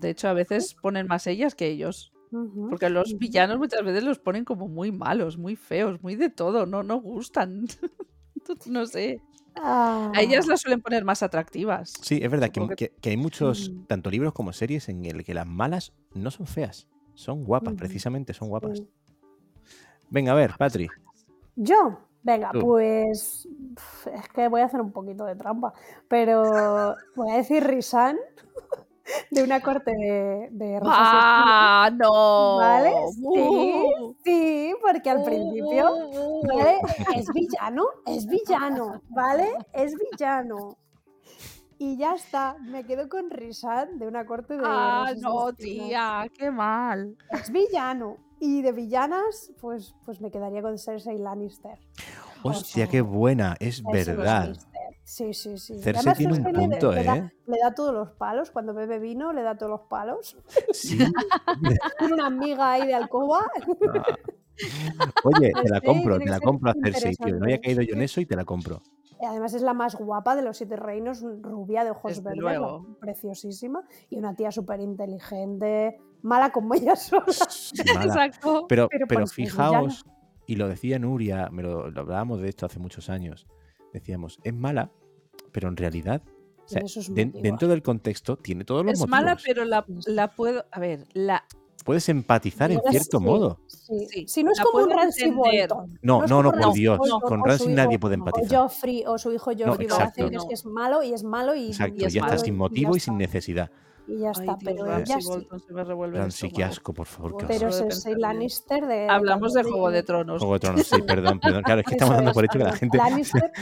S4: De hecho, a veces ponen más ellas que ellos.
S5: Ujú.
S4: Porque los villanos muchas veces los ponen como muy malos, muy feos, muy de todo. No, no gustan. no sé.
S5: Ah,
S4: A ellas las suelen poner más atractivas.
S3: Sí, es verdad que,
S4: Supongo
S3: que- que hay muchos,
S5: Mm.
S3: tanto libros como series, en el que las malas no son feas, son guapas,
S5: Ujú.
S3: precisamente son guapas.
S5: sí.
S3: Venga, a ver, Patri.
S5: Yo, venga,
S3: Tú.
S5: pues. pf, Es que voy a hacer un poquito de trampa. Pero voy a decir Risan de una corte de, de Rosa
S4: ¡Ah, no!
S5: ¿Vale?
S4: ¡Uh!
S5: Sí, sí, porque al principio.
S4: ¡Uh!
S5: ¿Vale? Es villano, es villano, ¿vale? Es villano. Y ya está, me quedo con Rishan de una corte de.
S4: ¡Ah,
S5: Rosas
S4: no,
S5: Destinas.
S4: tía! ¡Qué mal!
S5: Es villano. Y de villanas, pues, pues me quedaría con Cersei Lannister.
S3: Hostia, qué buena, es
S5: Cersei
S3: verdad.
S5: Lannister. Sí, sí, sí.
S3: Cersei
S5: Además,
S3: tiene un
S5: Cersei le-
S3: punto,
S5: le da-
S3: ¿eh?
S5: Le da todos los palos, cuando bebe vino le da todos los palos.
S3: Sí.
S5: Tiene una amiga ahí de alcoba.
S3: Oye, te la compro,
S5: Cersei Ah. Pues tiene
S3: te
S5: que
S3: la
S5: ser
S3: compro a Cersei, tío. No había
S5: interesante. ¿eh?
S3: caído yo en eso y te la compro.
S5: Y Además es la más guapa de los siete reinos, rubia de ojos
S4: Desde
S5: verdes, la-
S4: luego.
S5: preciosísima y una tía súper inteligente, mala como ella sola.
S3: Sí, mala.
S4: Exacto.
S3: Pero,
S5: Pero pues,
S3: pero
S5: para ser
S3: fijaos, y lo decía Nuria, me lo, lo hablábamos de esto hace muchos años. Decíamos, es mala, pero en realidad, o sea,
S5: Tiene sus
S3: den-
S5: motivos.
S3: dentro del contexto, tiene todos los
S4: Es
S3: motivos.
S4: mala, pero la, la puedo. A ver, la.
S3: Puedes empatizar en
S5: Pero
S3: cierto
S5: sí,
S3: modo.
S5: Sí.
S4: Sí,
S5: Si no es
S4: la
S5: como un
S4: puedo
S5: Ramsay
S4: entender.
S5: Bolton.
S3: No,
S5: es
S3: no,
S5: como
S3: no, por
S5: Ramsay
S3: Dios.
S5: Bolton
S3: Con
S5: o su
S3: Ramsey nadie
S5: hijo-
S3: puede
S5: O
S3: empatizar.
S5: Joffrey, o su hijo
S3: No,
S5: Joffrey
S3: exacto.
S5: Baratheon, es que es malo y es malo y,
S3: Exacto,
S5: y
S4: es
S3: ya está
S4: malo
S3: sin
S5: y
S3: motivo y sin
S5: está.
S3: necesidad.
S5: Y ya
S4: Ay,
S5: está,
S4: tío,
S5: pero
S4: Ramsay
S5: ella sí.
S4: Bolton se me revuelve el
S3: Ramsey, qué
S4: estómago.
S3: asco, por favor, qué horror.
S4: Pero
S5: Pero
S4: solo de pensar
S5: Cersei
S4: en ello.
S5: Lannister de...
S4: Hablamos de
S5: Cállate
S4: Juego de
S5: y-
S4: Tronos.
S3: Juego de Tronos, sí, perdón, perdón. Claro, es que estamos
S5: Eso
S3: dando
S5: es,
S3: por hecho que la
S5: perdón.
S3: gente.
S5: Lannister,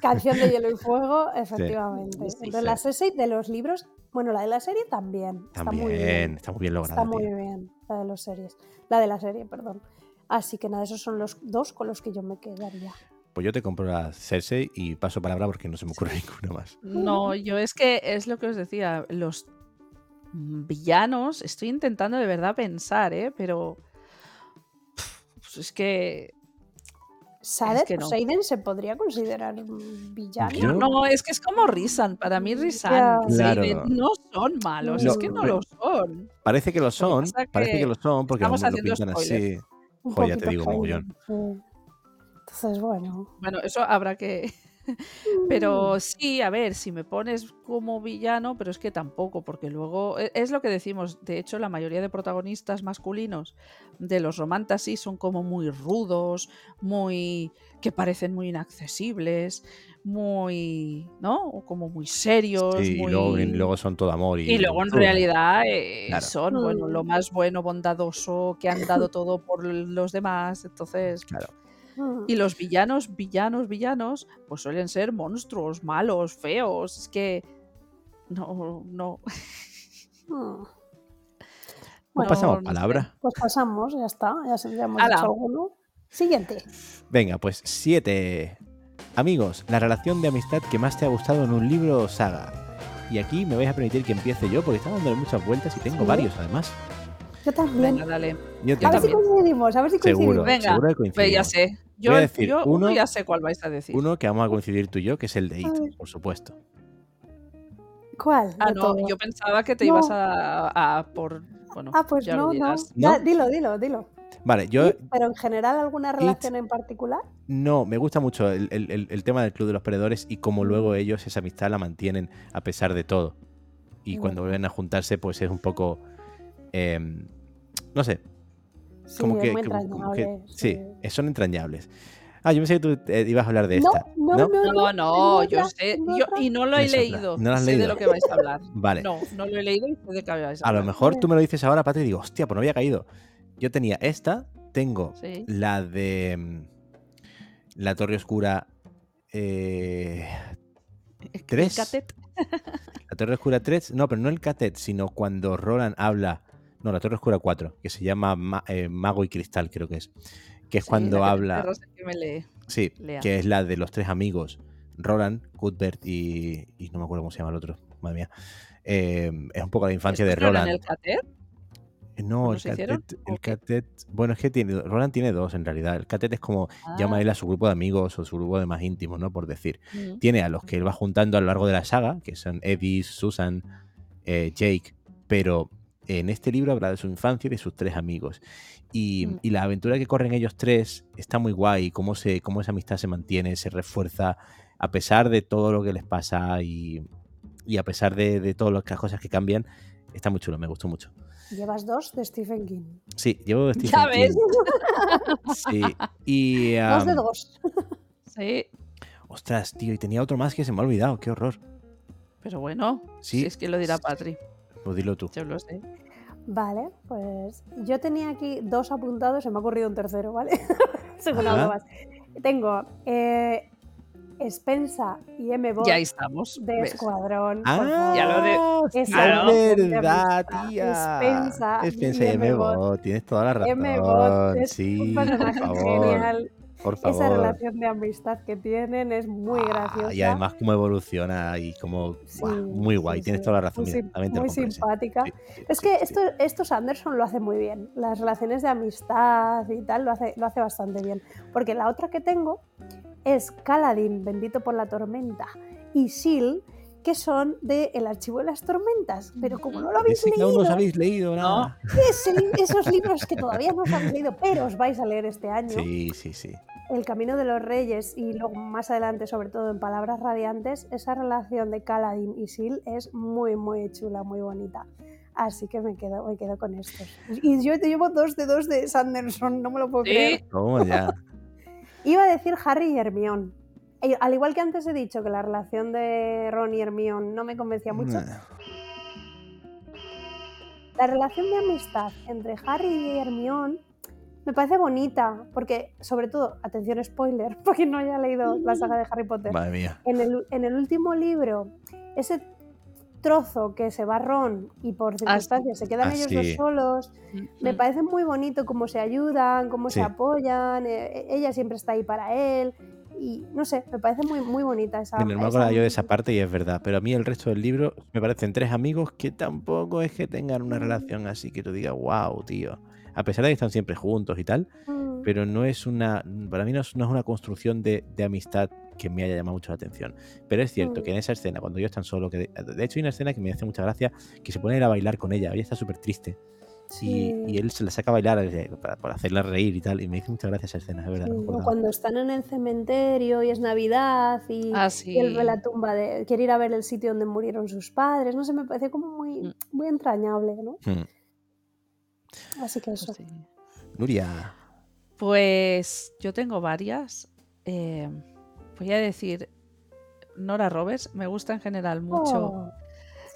S5: canción de hielo y fuego, efectivamente.
S4: Sí, sí,
S5: Entonces,
S3: sí.
S5: la Cersei de los libros, bueno, la de la serie también. Está muy
S3: También,
S5: bien.
S3: está muy bien logrado.
S5: Está muy bien, la de los series. La de la serie, perdón. Así que nada, esos son los dos con los que yo me quedaría.
S3: Pues yo te compro la Cersei y paso palabra porque no se me ocurre ninguna más.
S4: No, yo es que es lo que os decía, los villanos, estoy intentando de verdad pensar, ¿eh? Pero pues es que
S5: Sadek
S4: que no.
S5: o Seiden se podría considerar mm, villano.
S3: Yo-
S4: no, es que es como Rizan, para mí
S5: Ya.
S4: Rizan
S3: Claro.
S4: no son malos,
S5: No,
S4: es que no
S3: pero-
S4: lo son.
S3: Parece que lo son,
S4: pasa
S3: parece que,
S4: que
S3: lo son porque
S4: estamos
S3: algunos lo
S4: haciendo
S3: pintan
S4: spoiler.
S3: así.
S5: Un
S3: Jo, ya te
S5: poquito
S3: digo,
S5: Seiden,
S3: mogollón.
S5: sí. Entonces, bueno.
S4: Bueno, eso habrá que
S5: Mm.
S4: Pero sí, a ver, si me pones como villano, pero es que tampoco, porque luego e- es lo que decimos, de hecho la mayoría de protagonistas masculinos de los romantas sí son como muy rudos, muy que parecen muy inaccesibles, muy, ¿no? O como muy serios,
S3: Sí, y
S4: muy
S3: luego, y luego son todo amor. Y,
S4: y luego en
S3: dulzura.
S4: realidad eh,
S3: Claro.
S4: son bueno, lo
S5: Mm.
S4: más bueno, bondadoso, que han dado todo por los demás, entonces
S3: Claro.
S5: Mm.
S4: y los villanos, villanos, villanos, pues suelen ser monstruos, malos, feos. Es que. No, no.
S5: Mm.
S3: Pues
S4: Bueno,
S3: pasamos
S4: no sé.
S3: palabra.
S5: Pues pasamos, ya está, ya, se- ya hemos
S4: Ala.
S5: hecho alguno. Siguiente.
S3: Venga, pues 7. Amigos, la relación de amistad que más te ha gustado en un libro o saga. Y aquí me vais a permitir que empiece yo porque estamos dándole muchas vueltas y tengo
S5: Sí.
S3: varios además.
S5: Yo también.
S4: Venga, dale.
S3: Yo
S5: a ver si
S3: también.
S5: coincidimos, a ver si
S3: Seguro,
S5: coincidimos.
S4: Venga,
S3: seguro que
S4: Ve, ya
S3: coincidimos.
S4: sé.
S3: Yo
S4: Yo,
S3: voy a decir
S4: yo
S3: uno-
S4: ya sé cuál vais a decir.
S3: Uno que vamos a coincidir tú y yo, que es el de It,
S5: A ver.
S3: por supuesto.
S5: ¿Cuál?
S4: ah,
S5: de
S4: no,
S5: todo?
S4: yo pensaba que te
S5: No.
S4: ibas a, a por. Bueno,
S5: Ah, pues
S4: ya
S5: no,
S4: lo
S5: no.
S4: dirás.
S3: ¿No?
S5: Da- Dilo, dilo, dilo.
S3: Vale, yo
S5: It, Pero en general, ¿alguna relación en particular?
S3: no, me gusta mucho el, el- el- el tema del Club de los Perdedores y cómo luego ellos esa amistad la mantienen a pesar de todo. Y
S5: Ya.
S3: cuando vuelven a juntarse, pues es un poco... em, no sé,
S5: Sí,
S3: como
S5: es
S3: que...
S5: muy
S3: como- como que-
S5: entrañable,
S3: sí, eh, son entrañables. Ah, yo pensé que tú eh, ibas a hablar de
S5: No,
S3: esta.
S5: no, no,
S4: No, no, yo
S5: otra,
S4: sé.
S5: tengo
S4: yo-
S5: otra.
S4: y no lo he
S3: Tienes otra.
S4: leído.
S3: No lo has
S4: sé
S3: leído.
S4: de lo que vais a hablar.
S3: Vale.
S4: No, no lo he leído y sé de qué vais a
S3: A lo
S4: hablar.
S3: mejor tú me lo dices ahora, Patri, y digo, hostia, pues no había caído. Yo tenía esta, tengo
S4: Sí.
S3: la de mm, la Torre Oscura eh, 3.
S4: Catet.
S3: La Torre Oscura 3, no, pero no el Catet, sino cuando Roland habla. No, la Torre Oscura 4, que se llama Ma- eh, Mago y Cristal, creo que es. Que es
S4: Sí,
S3: cuando
S4: la que-
S3: habla.
S4: la Rosa que me lee.
S3: Sí,
S4: Lea.
S3: que es la de los tres amigos, Roland, Cuthbert y, y no me acuerdo cómo se llama el otro, madre mía. Eh, es un poco la infancia de
S4: ¿Estos no eran
S3: Roland.
S4: el Catet?
S3: No,
S4: ¿No
S3: el
S4: se hicieron?
S3: catet,
S4: ¿O
S3: el
S4: qué?
S3: catet, bueno, es que tiene, Roland tiene dos en realidad. El catet es como
S4: Ah,
S3: llama él a su grupo de amigos o su grupo de más íntimos, ¿no? Por decir.
S4: Mm.
S3: Tiene a los que él va juntando a lo largo de la saga, que son Eddie, Susan, eh, Jake, pero en este libro habla de su infancia y de sus tres amigos. Y,
S4: Mm.
S3: y la aventura que corren ellos tres está muy guay, cómo, se, cómo esa amistad se mantiene, se refuerza a pesar de todo lo que les pasa y, y a pesar de, de todas las cosas que cambian. Está muy chulo, me gustó mucho.
S5: Llevas dos de Stephen King.
S3: Sí, llevo Stephen
S4: Ya
S3: King.
S4: ves.
S3: Sí. Y.
S5: Dos de
S3: am,
S5: dos.
S4: Sí,
S3: ostras, tío, y tenía otro más que se me ha olvidado, qué horror.
S4: pero bueno.
S3: Sí.
S4: Si es que lo dirá Patri.
S3: Pues dilo tú.
S4: Yo lo sé.
S5: Vale, pues yo tenía aquí dos apuntados, se me ha ocurrido un tercero, ¿vale? Según
S3: Ajá.
S5: algo más. Tengo eh, Spensa y M. Bond
S4: Ya estamos.
S5: de
S4: ¿ves?
S5: Escuadrón. por
S3: Ah,
S5: favor.
S4: Ya lo de-
S3: hostia,
S5: Claro.
S3: es verdad,
S5: Amistad,
S3: tía.
S5: Spensa y
S3: Spensa y
S5: M-Bot.
S3: M-Bot. Tienes toda la razón.
S5: M-Bot es
S3: sí,
S5: un
S3: por
S5: personaje
S3: favor.
S5: genial.
S3: Por
S5: Esa
S3: favor.
S5: relación de amistad que tienen es muy
S3: Ah,
S5: graciosa.
S3: y además, cómo evoluciona y cómo. guau,
S5: Sí,
S3: muy guay,
S5: sí,
S3: tienes
S5: sí.
S3: toda la razón.
S5: Muy,
S3: mira,
S5: sim-
S3: también te lo
S5: muy
S3: compro, sí.
S5: simpática.
S3: Sí, sí,
S5: Es
S3: sí,
S5: que
S3: sí.
S5: esto, esto Sanderson lo hace muy bien. Las relaciones de amistad y tal lo hace, lo hace bastante bien. Porque la otra que tengo es Caladín, bendito por la tormenta, y Sil, que son de El archivo de las tormentas. Pero como no lo habéis
S3: Dice que aún no os
S5: leído,
S3: habéis leído nada.
S5: ese- esos libros que todavía no os habéis leído, pero os vais a leer este año,
S3: Sí, sí, sí.
S5: El camino de los reyes y luego más adelante, sobre todo en Palabras Radiantes, esa relación de Caladín y Sil es muy, muy chula, muy bonita. Así que me quedo, me quedo con estos. Y yo te llevo dos de dos de Sanderson, no me lo puedo
S4: Sí.
S5: creer.
S3: Toma ya.
S5: Iba a decir Harry y Hermión. Y Al igual que antes he dicho que la relación de Ron y Hermión no me convencía mucho,
S3: Nah.
S5: la relación de amistad entre Harry y Hermión me parece bonita, porque sobre todo, atención spoiler, porque no haya leído la saga de Harry Potter.
S3: Madre mía.
S5: en el, en el último libro, ese trozo que se va Ron y por circunstancias se quedan
S3: Ah,
S5: ellos
S3: sí.
S5: dos solos, me
S4: Mm.
S5: parece muy bonito cómo se ayudan, cómo
S3: Sí.
S5: se apoyan, eh, e- ella siempre está ahí para él y no sé, me parece muy, muy bonita esa...
S3: Bueno, no me
S5: esa-
S3: acordaba yo de esa parte y es verdad, pero a mí el resto del libro me parecen tres amigos que tampoco es que tengan una relación así que tú digas, wow, tío. A pesar de que están siempre juntos y tal,
S5: Mm.
S3: pero no es una, para mí no es, no es una construcción de, de amistad que me haya llamado mucho la atención. Pero es cierto
S5: Mm.
S3: que en esa escena, cuando ellos están solos, que de, de hecho hay una escena que me hace mucha gracia, que se pone él a bailar con ella, ella está súper triste y,
S5: Sí.
S3: y él se la saca a bailar eh, para, para hacerla reír y tal, y me hizo mucha gracia esa escena, es verdad.
S5: Sí,
S3: no me
S5: o
S3: acordaba.
S5: cuando están en el cementerio y es Navidad y,
S4: Ah,
S5: y él
S4: sí.
S5: ve la tumba de quiere ir a ver el sitio donde murieron sus padres, no sé, me parece como
S4: Mm.
S5: muy, muy entrañable, ¿no?
S3: Hmm.
S5: Así que eso.
S4: Pues sí.
S3: Nuria,
S4: Pues yo tengo varias. Eh, voy a decir, Nora Roberts, me gusta en general mucho
S5: Oh,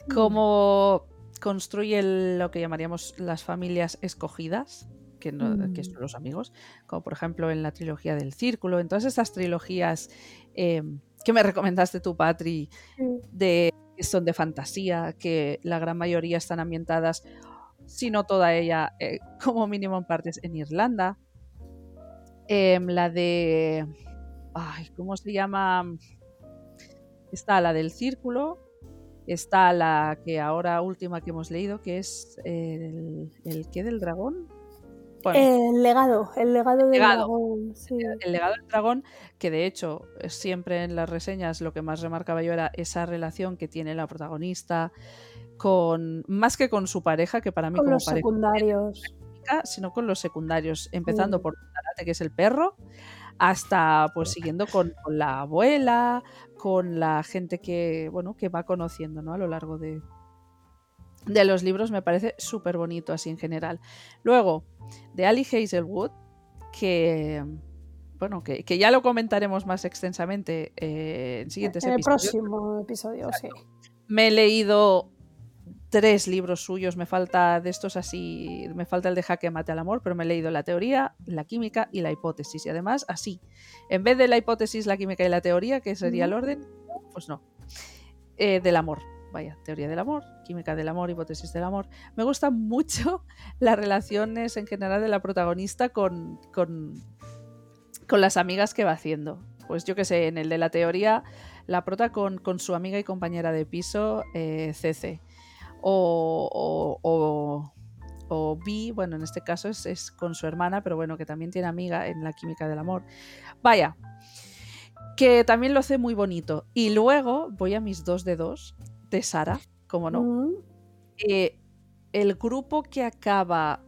S5: sí.
S4: cómo construye el- lo que llamaríamos las familias escogidas, que, no-
S5: Mm.
S4: que son los amigos, como por ejemplo en la trilogía del círculo, en todas estas trilogías eh, que me recomendaste tú, Patri,
S5: Sí.
S4: de, que son de fantasía, que la gran mayoría están ambientadas, si no toda ella, eh, como mínimo en partes, en Irlanda. Em, la de... Ay, ¿Cómo se llama? Está la del círculo, está la que ahora última que hemos leído, que es eh, el, el qué del dragón. Bueno,
S5: El legado, el legado del
S4: Legado.
S5: dragón, sí.
S4: el legado del dragón, que de hecho eh, siempre en las reseñas lo que más remarcaba yo era esa relación que tiene la protagonista con más que con su pareja, que para mí
S5: Con
S4: como
S5: los
S4: pareja ¿eh? Este
S5: secundarios.
S4: Kafka, sino con los secundarios,
S5: Uh.
S4: empezando por Tarate, que es el perro, hasta pues siguiendo con, con la abuela, con la gente que, bueno, que va conociendo, ¿no? A lo largo de, de los libros me parece súper bonito así en general. Luego, de Ali Hazelwood, que bueno, que, que ya lo comentaremos más extensamente eh, en siguientes
S5: En el
S4: episodios.
S5: próximo episodio, sí.
S4: Me he leído tres libros suyos, me falta de estos así, me falta el de Jaque Mate al Amor, pero me he leído la teoría, la química y la hipótesis. Y además, así, en vez de la hipótesis, la química y la teoría, que sería el orden, pues no, Eh, del amor. Vaya, teoría del amor, química del amor, hipótesis del amor. Me gustan mucho las relaciones en general de la protagonista con, con, con las amigas que va haciendo. Pues yo qué sé, en el de la teoría, la prota con, con su amiga y compañera de piso, eh, Cece. O, o, o, o Vi, bueno, en este caso es, es con su hermana, pero bueno, que también tiene amiga en la química del amor. Vaya, que también lo hace muy bonito. Y luego voy a mis dos de dos, de Sara, como no.
S5: Mm,
S4: Eh, el grupo que acaba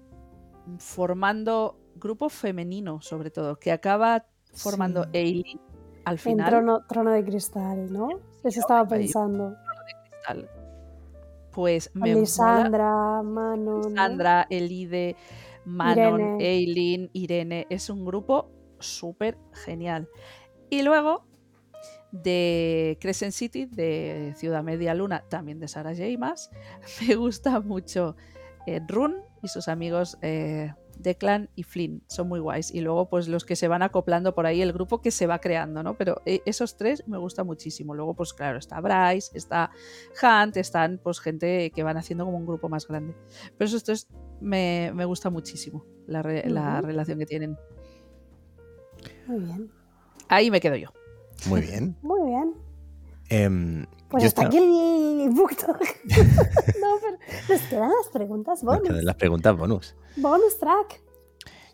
S4: formando, grupo femenino sobre todo, que acaba formando
S5: Sí.
S4: Eileen al
S5: En
S4: final.
S5: trono, Trono de Cristal, ¿no? Eso estaba pensando.
S4: tal, Pues me mola
S5: Lisandra, Manon. ¿no?
S4: Sandra, Elide, Manon,
S5: Irene.
S4: Eileen, Irene. Es un grupo súper genial. Y luego de Crescent City, de Ciudad Media Luna, también de Sarah J. Maas, me gusta mucho eh, Run y sus amigos eh, Declan y Flynn. Son muy guays. Y luego, pues los que se van acoplando por ahí, el grupo que se va creando, ¿no? Pero eh, esos tres me gusta muchísimo. Luego, pues claro, está Bryce, está Hunt, están pues gente que van haciendo como un grupo más grande. Pero esos tres me, me gusta muchísimo la, re- la
S5: Ujú.
S4: relación que tienen.
S5: Muy bien,
S4: Ahí me quedo yo.
S8: Muy bien.
S5: muy bien.
S8: Em,
S5: Pues
S8: yo
S5: hasta
S8: estaba-
S5: aquí el punto. no, pero nos quedan las preguntas
S8: nos
S5: bonus.
S8: quedan las preguntas bonus.
S5: Bonus track.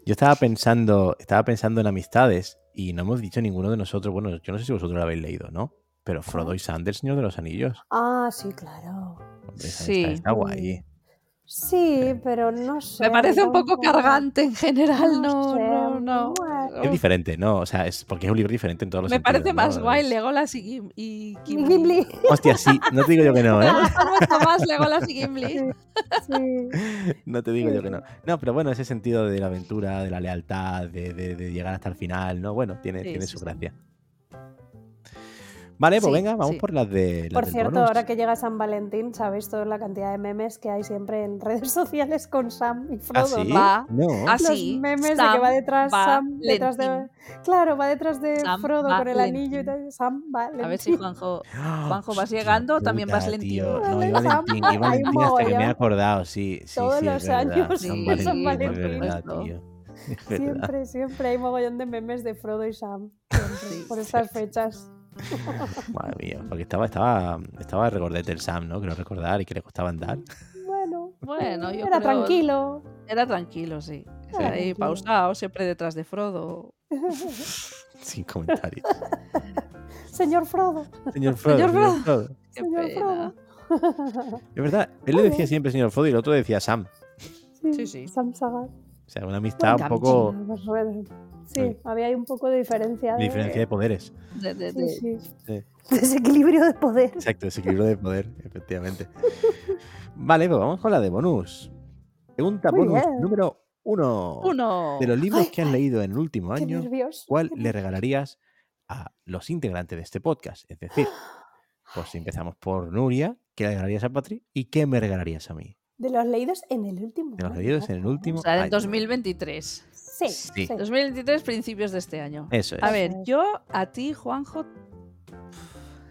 S3: Yo estaba pensando, estaba pensando en amistades y no hemos dicho ninguno de nosotros, bueno, yo no sé si vosotros lo habéis leído, ¿no? Pero Frodo y Sanders, Señor de los Anillos.
S5: Ah, sí, claro.
S3: Hombre, esa
S4: Sí.
S3: amistad está guay.
S5: Sí, pero no sé.
S4: Me parece un poco
S5: tampoco-
S4: cargante en general,
S5: No
S4: no,
S5: sé,
S4: no, no.
S5: bueno.
S3: Es diferente, ¿no? O sea, es porque es un libro diferente en todos los
S4: Me
S3: sentidos,
S4: parece
S3: ¿no?
S4: más guay
S3: Es-
S4: Legolas y, Gim- y
S5: Y
S4: Gimli.
S5: Gimli.
S3: Hostia, sí, no te digo yo que no, ¿eh?
S4: Me gustan mucho más Legolas y Gimli.
S5: Sí.
S3: No te digo yo que no. No, pero bueno, ese sentido de la aventura, de la lealtad, de, de- de llegar hasta el final, ¿no? Bueno, tiene,
S4: Sí,
S3: tiene
S4: sí,
S3: su
S4: sí.
S3: gracia. Vale, pues
S4: Sí,
S3: venga, vamos
S4: sí.
S3: por las de. las
S5: Por
S3: del
S5: cierto,
S3: bonus.
S5: ahora que llega San Valentín, sabéis toda la cantidad de memes que hay siempre en redes sociales con Sam y
S3: ¿Ah,
S5: Frodo,
S3: sí?
S5: ¿no?
S4: Va.
S3: No.
S4: Ah,
S5: Los
S4: sí,
S5: memes de que
S4: Sam
S5: va detrás
S4: va
S5: Sam, detrás de... Claro, va detrás de
S4: Sam
S5: Frodo
S4: va
S5: con el anillo y
S4: lentín.
S5: tal. Sam va
S4: A ver
S5: lentín.
S4: si Juanjo. Juanjo, vas
S3: Hostia
S4: llegando, también vas
S3: puta, tío.
S4: lentín.
S3: No,
S5: Vale,
S3: iba
S5: San
S3: lentín,
S5: Va-
S3: iba
S5: hay un
S3: lentín hasta que me he
S5: mogollón.
S3: acordado, sí. sí
S5: Todos
S3: sí, es
S5: los
S3: verdad,
S5: años
S3: San
S4: Sí,
S3: Valentín,
S4: San
S3: Es
S4: Valentín.
S3: verdad,
S4: Justo.
S3: tío. Es verdad.
S5: Siempre, siempre hay mogollón de memes de Frodo y Sam. siempre,
S4: Sí,
S5: por estas fechas.
S3: Madre mía, porque estaba, estaba, estaba recordete el Sam, ¿no? Quiero recordar y que le costaba andar.
S5: Bueno,
S4: Bueno, yo
S5: era
S4: creo-
S5: tranquilo.
S4: Era tranquilo, sí. Estaba ahí
S5: tranquilo.
S4: pausado, siempre detrás de Frodo.
S3: Sin comentarios.
S5: Señor Frodo.
S3: Señor Frodo.
S4: Señor
S3: señor Frodo.
S4: Qué
S5: Señor
S4: pena.
S3: Es verdad, él le decía siempre señor Frodo y el otro le decía Sam.
S4: Sí, sí.
S5: Sam Sagat.
S3: O sea, una amistad un
S4: Buen
S3: poco
S5: Ah, pues bueno. Sí,
S3: Sí.
S5: había ahí un poco de diferencia.
S3: de
S5: De...
S3: diferencia de poderes.
S4: De- de-
S5: Sí,
S4: de-
S5: sí.
S3: Sí.
S5: Desequilibrio de poder.
S3: Exacto, desequilibrio de poder, efectivamente. Vale, pues vamos con la de bonus. Pregunta
S5: Muy
S3: bonus
S5: bien.
S3: número uno.
S4: Uno.
S3: De los libros
S5: Ay,
S3: que han leído en el último
S5: Qué
S3: año,
S5: nervios.
S3: ¿cuál
S5: qué
S3: le regalarías a los integrantes de este podcast? Es decir, pues empezamos por Nuria, ¿qué le regalarías a Patri? ¿Y qué me regalarías a mí?
S5: De los leídos en el último.
S3: De los
S5: año,
S3: leídos en el
S5: ojo, ¿eh?
S3: último
S4: O sea, en
S3: año.
S4: 2023.
S5: Sí,
S3: Sí.
S5: sí.
S4: 2023, principios de este año.
S3: Eso es.
S4: A ver,
S5: Eso es.
S4: yo a ti, Juanjo.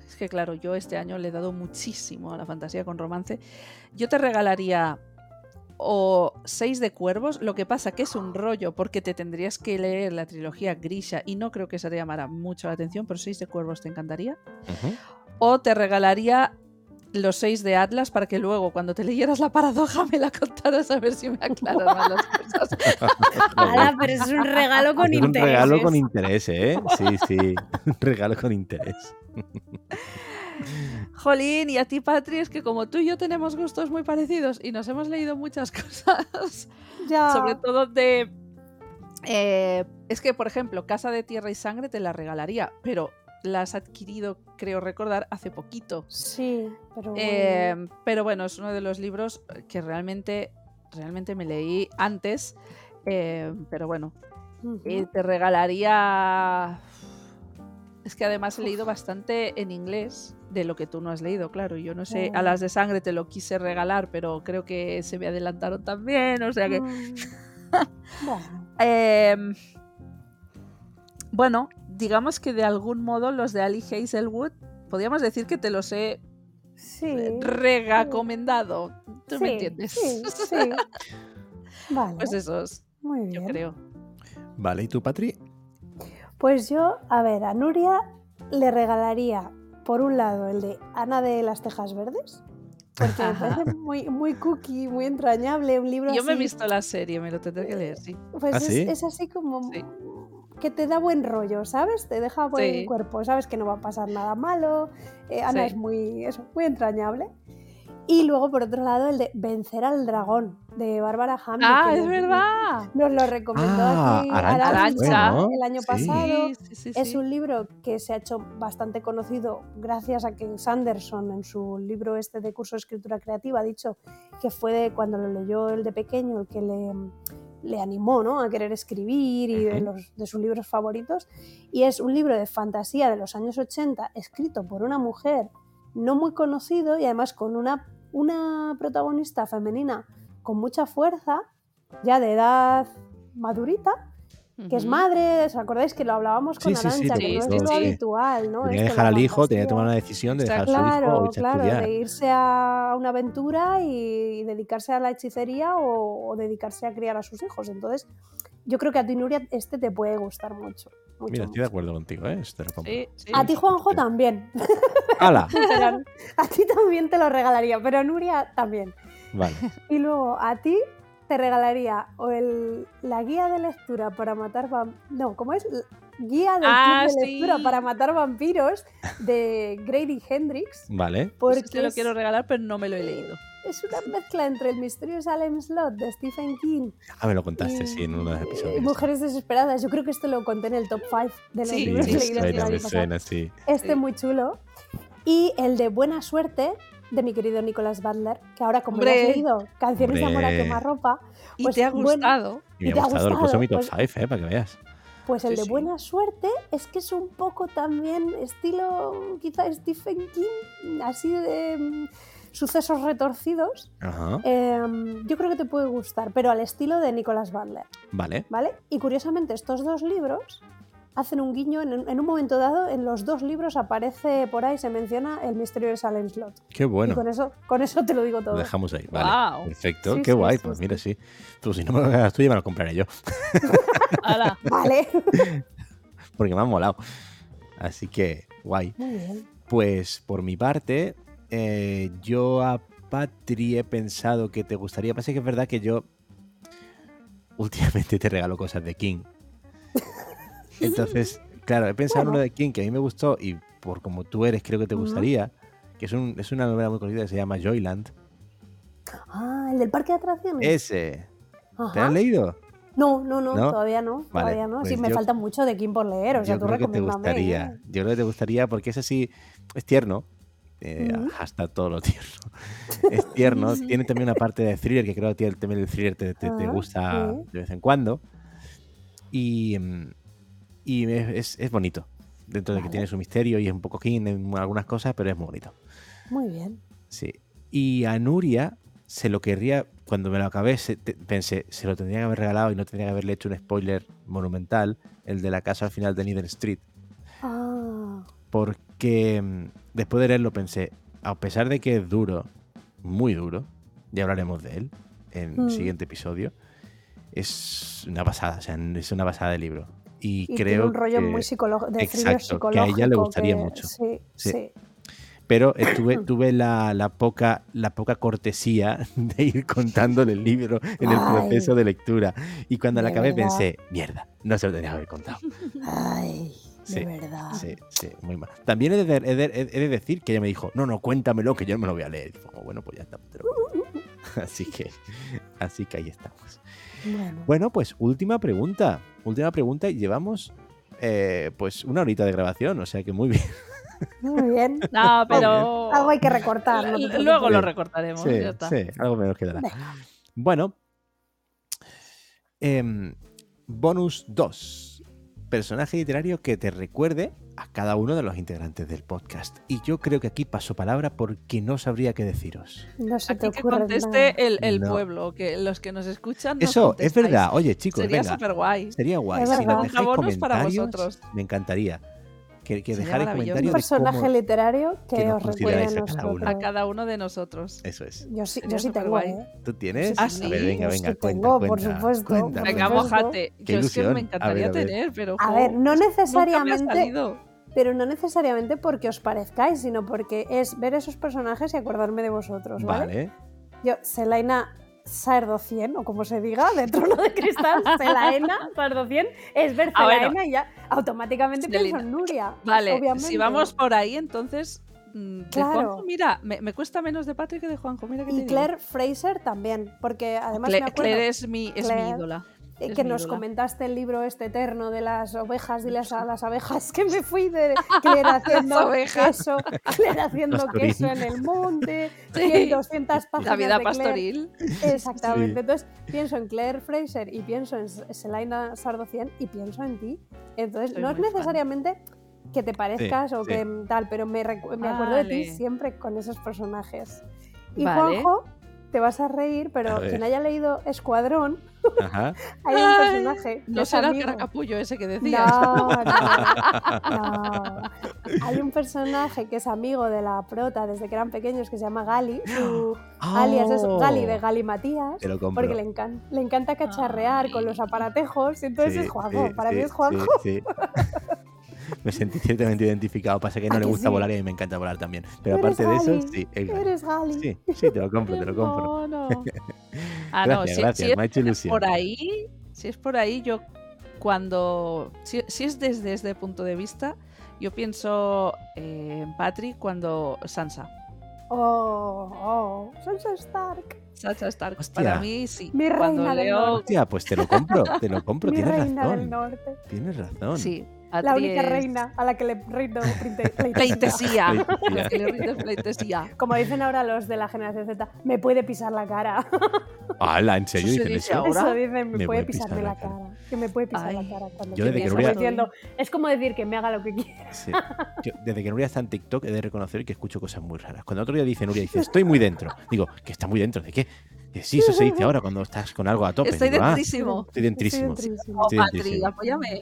S4: Es que claro, yo este año le he dado muchísimo a la fantasía con romance. Yo te regalaría o seis de cuervos, lo que pasa que es un rollo porque te tendrías que leer la trilogía Grisha y no creo que esa te llamara mucho la atención, pero seis de cuervos te encantaría.
S3: Ujú.
S4: O te regalaría los seis de Atlas para que luego cuando te leyeras la paradoja me la contaras a ver si me aclaras más las cosas.
S5: Ala, pero es un regalo con
S3: Es un
S5: interés.
S3: regalo con interés, ¿eh? Sí, sí. Un regalo con interés.
S4: Jolín, y a ti, Patri, es que como tú y yo tenemos gustos muy parecidos y nos hemos leído muchas cosas,
S5: Ya.
S4: sobre todo de... eh, es que, por ejemplo, Casa de Tierra y Sangre te la regalaría, pero la has adquirido, creo recordar, hace poquito.
S5: Sí, pero. bueno.
S4: Eh, pero bueno, es uno de los libros que realmente, realmente me leí antes, eh, pero bueno,
S5: Ujú.
S4: y Eh, te regalaría. Es que además he leído bastante en inglés de lo que tú no has leído, claro. Yo no
S5: Oh.
S4: sé, a las de sangre te lo quise regalar, pero creo que se me adelantaron también, o sea que.
S5: Mm. bueno,
S4: Em, bueno, digamos que de algún modo los de Ali Hazelwood, podríamos decir que te los he
S5: sí.
S4: recomendado. ¿Tú
S5: sí,
S4: me entiendes?
S5: Sí, sí. Vale.
S4: Pues esos,
S5: muy bien.
S4: yo creo.
S3: Vale, ¿y tú, Patri?
S5: Pues yo, a ver, a Nuria le regalaría, por un lado, el de Ana de las Tejas Verdes, porque me
S4: Ajá.
S5: parece muy, muy cookie, muy entrañable, un libro
S4: Yo me he
S5: así-
S4: visto la serie, me lo tendré que leer, sí.
S5: Pues
S3: ¿Ah,
S5: es,
S3: sí?
S5: es así como
S4: Sí.
S5: que te da buen rollo, ¿sabes? Te deja buen
S4: Sí.
S5: cuerpo, sabes que no va a pasar nada malo, eh, Ana
S4: Sí.
S5: es muy, eso, muy entrañable. Y luego, por otro lado, el de Vencer al Dragón, de Bárbara Hamilton.
S4: ¡Ah, es
S5: nos-
S4: verdad!
S5: Nos lo recomendó
S3: Ah,
S5: aquí
S3: Arantxa,
S5: Arantxa
S4: bueno,
S5: el año
S3: sí.
S5: pasado.
S4: Sí, sí, sí,
S5: Es
S4: sí.
S5: un libro que se ha hecho bastante conocido gracias a que Sanderson en su libro este de curso de escritura creativa ha dicho que fue de cuando lo leyó el de pequeño el que le, le animó ¿no? a querer escribir y de,
S3: Ujú.
S5: los, de sus libros favoritos. Y es un libro de fantasía de los años 80 escrito por una mujer no muy conocido y además con una, una protagonista femenina con mucha fuerza, ya de edad madurita, que es
S4: Ujú.
S5: madre, ¿os acordáis que lo hablábamos
S3: Sí,
S5: con
S3: sí, sí,
S5: Arancha?
S3: lo
S5: que no es
S4: hemos
S5: lo
S4: visto, sí.
S5: habitual, ¿no?
S3: tenía
S5: Esto
S3: que
S5: de
S3: dejar
S5: la
S3: al hijo, tenía que
S5: fantasía.
S3: tomar una decisión de
S4: Está
S3: dejar a su hijo o
S5: Claro,
S3: irse a
S5: claro,
S3: estudiar.
S5: de irse a una aventura y dedicarse a la hechicería o, o dedicarse a criar a sus hijos. Entonces, yo creo que a ti, Nuria, este te puede gustar mucho. mucho,
S3: Mira, estoy de
S5: mucho.
S3: acuerdo contigo, ¿eh? Te lo compro.
S4: Sí, sí.
S5: A ti, Juanjo,
S3: Sí.
S5: también.
S3: ¡Hala!
S5: Pero a ti también te lo regalaría, pero a Nuria también.
S3: Vale.
S5: Y luego a ti te regalaría o el, la guía de lectura para matar vampiros. No, ¿cómo es? L- Guía de,
S4: Ah,
S5: club de lectura
S4: sí.
S5: para matar vampiros de Grady Hendrix.
S3: Vale.
S5: Porque
S4: Ese te lo
S5: es, Mm.
S4: quiero regalar, pero no me lo he leído.
S5: es una mezcla entre el misterio de Salem Slot de Stephen King
S3: Ah, me lo contaste,
S5: y-
S3: sí, en uno de los
S5: y
S3: episodios.
S5: Mujeres Desesperadas. Yo creo que esto lo conté en el top 5 de los
S4: Sí,
S3: Sí,
S5: libros
S3: me
S5: leídos el
S3: suena,
S5: año
S3: me
S5: pasado.
S3: suena, sí.
S5: Este
S4: Sí.
S5: muy chulo. Y el de Buena Suerte, de mi querido Nicolás Butler, que ahora como ya
S4: Hombre.
S5: has leído Canciones de Amor a
S3: Hombre.
S5: Quemarropa,
S4: Y
S5: Pues
S4: te ha
S5: bueno,
S4: gustado.
S3: Y me
S5: ¿Y
S3: ha
S5: te ha
S3: gustado, lo puso
S5: gustado?
S3: en mi top
S5: Pues-
S3: 5, ¿eh? Para que veas.
S5: Pues el
S4: Sí,
S5: de
S4: sí.
S5: buena suerte es que es un poco también estilo quizá Stephen King, así de mm, sucesos retorcidos.
S3: Ajá.
S5: Eh, yo creo que te puede gustar, pero al estilo de Nicolas Butler,
S3: Vale.
S5: ¿vale? Y curiosamente estos dos libros hacen un guiño, en, en un momento dado en los dos libros aparece por ahí, se menciona el misterio de Salem Slot.
S3: Qué
S5: Y
S3: bueno.
S5: con eso, con eso te lo digo
S3: Lo
S5: todo.
S3: dejamos ahí. Vale.
S4: Guau.
S3: Perfecto.
S5: Sí,
S3: Qué
S5: sí,
S3: guay.
S5: sí,
S3: Pues
S5: sí.
S3: mira, sí. Pues si no me lo ganas tú, ya me lo compraré yo.
S4: Ala.
S5: Vale.
S3: Porque me ha molado. Así que, guay.
S5: Muy bien.
S3: Pues por mi parte, eh, yo a Patri he pensado que te gustaría. Pasa que es verdad que yo últimamente te regalo cosas de King. Entonces, claro, he pensado en
S5: Bueno.
S3: uno de King que a mí me gustó y por como tú eres creo que te
S5: Ujú.
S3: gustaría. Que es, un- es una novela muy conocida que se llama Joyland.
S5: Ah, el del parque de atracciones.
S3: Ese. ¿Te
S5: Ajá.
S3: has leído?
S5: No, no, no,
S3: ¿No?
S5: todavía no,
S3: Vale,
S5: todavía no. sí,
S3: pues
S5: me
S3: yo-
S5: falta mucho de Kim por leer, o sea,
S3: yo
S5: tú
S3: creo que te
S5: recomiéndame,
S3: gustaría.
S5: ¿eh?
S3: Yo creo que te gustaría porque es así, es tierno. eh,
S5: Ujú.
S3: Hasta todo lo tierno. Es tierno. tiene también una parte de thriller que creo que a ti el tema del thriller te, te- te
S5: Ah,
S3: gusta
S5: sí.
S3: de vez en cuando. Y, mm, y es, es- es bonito. Dentro de que
S5: Vale.
S3: tiene su misterio y es un poco king en algunas cosas, pero es muy bonito.
S5: Muy bien.
S3: Sí. Y a Nuria se lo querría, cuando me lo acabé, se- te- pensé, se lo tendría que haber regalado y no tendría que haberle hecho un spoiler monumental, el de la casa al final de Needle Street
S5: Ah,
S3: porque mm, después de leerlo pensé, a pesar de que es duro, muy duro, ya hablaremos de él en el
S5: Mm.
S3: siguiente episodio, es una pasada, o sea, es una pasada de libro. Y,
S5: y
S3: creo
S5: tiene un rollo
S3: que,
S5: muy psicolo- de thriller
S3: exacto, que a
S5: psicológico.
S3: ella le gustaría mucho.
S5: Sí,
S3: Sí.
S5: sí.
S3: pero eh, tuve, tuve la, la poca, la poca cortesía de ir contándole el libro en el
S5: Ay.
S3: proceso de lectura. Y cuando la
S5: De
S3: acabé
S5: verdad.
S3: pensé, mierda, no se lo tenía que haber contado.
S5: Ay,
S3: Sí,
S5: de verdad.
S3: Sí, sí, muy mal. También he de, he de- he de decir que ella me dijo, no, no, cuéntamelo, que yo no me lo voy a leer. Y fue como, bueno, pues ya está. te lo cuento". así que, así que ahí estamos.
S5: Bueno,
S3: Bueno, pues última pregunta. Última pregunta y llevamos eh, pues una horita de grabación, o sea que muy bien.
S5: muy bien.
S4: No, pero.
S5: Algo hay que recortar. no te
S4: L-
S5: preocupes.
S4: Luego lo
S3: Sí.
S4: recortaremos.
S3: Sí,
S4: ya está.
S3: sí, algo menos quedará. Bueno. em, bonus 2. Personaje literario que te recuerde a cada uno de los integrantes del podcast. Y yo creo que aquí paso palabra porque no sabría qué deciros.
S5: No se te
S4: Aquí que
S5: ocurre nada.
S4: conteste el, el
S3: No.
S4: pueblo, que los que nos escuchan. nos
S3: Eso, es
S4: contestáis.
S3: verdad. Oye, chicos,
S4: Sería
S3: venga.
S4: súper guay.
S3: Sería guay.
S5: Es
S3: Si
S5: verdad.
S3: nos dejáis
S4: Bonus para
S3: comentarios,
S4: vosotros.
S3: me encantaría. Que, que
S4: Sería
S3: dejarais
S4: maravilloso.
S3: comentarios de
S5: Un personaje
S3: cómo-
S5: literario que,
S3: que nos
S5: os recuerde a
S3: consideráis a cada uno.
S5: nosotros.
S4: A cada uno de nosotros.
S3: Eso es.
S5: Yo sí, yo
S4: Sería
S5: sí tengo,
S4: superguay.
S5: ¿eh?
S3: ¿Tú tienes?
S4: ¿Ah, sí?
S3: A ver, venga,
S5: Yo sí
S3: venga, cuenta,
S5: tengo, por
S3: cuenta,
S5: supuesta,
S3: cuenta,
S5: por
S4: Venga,
S3: cuenta.
S5: supuesto.
S4: mojate.
S3: Qué
S4: Yo es que
S3: ilusión.
S4: me encantaría
S3: A ver, a ver.
S4: tener, pero.
S5: Pues A
S4: jo,
S5: ver, no
S4: nunca me ha
S5: necesariamente,
S4: salido.
S5: pero no necesariamente porque os parezcáis, sino porque es ver esos personajes y acordarme de vosotros, ¿vale?
S3: Vale.
S5: Yo, Selaina Sardo 100, o como se diga, de Trono de Cristal, Selaina Sardo 100, es ver
S4: Ah, bueno.
S5: Selaina y ya automáticamente pienso en
S4: Selaina.
S5: Nuria.
S4: Vale,
S5: obviamente.
S4: si vamos por ahí, entonces. mm, de
S5: Claro.
S4: Juanjo, mira, me, me cuesta menos de Patrick que de Juanjo. Mira que te
S5: Y
S4: digo.
S5: Claire Fraser también, porque
S4: Cle-
S5: además me acuerdo
S4: Claire es mi, es mi
S5: Claire.
S4: ídola.
S5: eh,
S4: es
S5: que
S4: mi
S5: nos
S4: ídola.
S5: comentaste el libro este eterno de las ovejas, diles a las abejas que me fui de Claire haciendo
S4: ovejas.
S5: queso, Claire haciendo
S3: Pastorín.
S5: queso en el monte,
S4: Sí.
S5: 100, 200 páginas
S4: La vida
S5: de Claire.
S4: pastoril.
S5: Exactamente.
S3: Sí.
S5: Entonces pienso en Claire Fraser y pienso en Selaina Sardocian y pienso en ti. Entonces
S4: Soy
S5: no es
S4: muy fan.
S5: necesariamente que te parezcas o
S3: sí.
S5: que mm, tal, pero me, recu- me acuerdo de ti
S4: Vale.
S5: siempre con esos personajes. Y
S4: Vale.
S5: Juanjo, te vas a reír, pero
S3: A ver.
S5: quien haya leído Escuadrón,
S3: Ajá.
S5: hay un
S4: Ay,
S5: personaje. que
S4: No
S5: es
S4: será el
S5: amigo.
S4: caracapullo ese que decías.
S5: No, no, no. Hay un personaje que es amigo de la prota desde que eran pequeños que se llama Gali. Su alias es
S3: Oh.
S5: Gali de Gali Matías.
S3: Te lo compro.
S5: Porque le, encan- le encanta cacharrear con los
S4: Ay.
S5: aparatejos, y entonces
S3: Sí,
S5: es Juanjo.
S3: sí,
S5: para mí
S3: sí,
S5: es Juanjo.
S3: sí, sí. me sentí ciertamente identificado. Pasa que no
S5: ¿A
S3: le
S5: que
S3: gusta
S5: sí?
S3: volar y a mí me encanta volar también. Pero
S5: Eres
S3: aparte de eso,
S5: Gali,
S3: sí, es Gali.
S5: Eres Gali.
S3: Sí, sí, te lo compro, te lo compro.
S4: No, no. Ah, no,
S3: Gracias,
S4: si,
S3: gracias,
S4: si
S3: me ha hecho
S4: es
S3: ilusión.
S4: por ahí, si es por ahí, yo cuando. Si, si es desde este punto de vista, yo pienso eh, en Patrick cuando Sansa.
S5: Oh, oh, Sansa Stark.
S4: Sansa Stark.
S3: Hostia.
S4: Para mí sí.
S5: Mi
S4: cuando
S5: reina del
S4: leo.
S5: norte.
S3: Hostia, pues te lo compro, te lo compro,
S5: Mi
S3: tienes
S5: reina del
S3: razón.
S5: norte.
S3: Tienes razón.
S4: Sí,
S5: La única
S4: Atries-
S5: reina a la que le rindo pleite- pleitesía.
S4: Pleitesía.
S3: Pleitesía.
S4: Los que le rinden pleitesía.
S5: Como dicen ahora los de la generación Z, me puede pisar la cara.
S3: Hala, ¿en serio
S4: Eso se
S3: dicen
S4: dice
S3: eso?
S4: ahora.
S5: Eso dicen, me,
S3: Me
S5: puede pisarme la cara. Que me puede pisar
S4: Ay,
S5: la cara cuando
S3: yo
S5: quiera.
S3: desde que
S5: Es
S3: no
S5: como
S3: voy a-
S5: diciendo, es como decir que me haga lo que quiera.
S3: Sí. Yo, desde que Nuria está en TikTok he de reconocer que escucho cosas muy raras. Cuando otro día dice Nuria, dice, estoy muy dentro. Digo, ¿que está muy dentro? ¿De qué? Que sí, eso se dice ahora cuando estás con algo a tope.
S4: Estoy
S3: Digo, "Ah,
S4: dentrísimo.
S3: estoy dentrísimo.
S5: Estoy dentrísimo.
S4: Oh,
S3: estoy
S4: Patrick,
S3: dentrísimo.
S4: apóyame.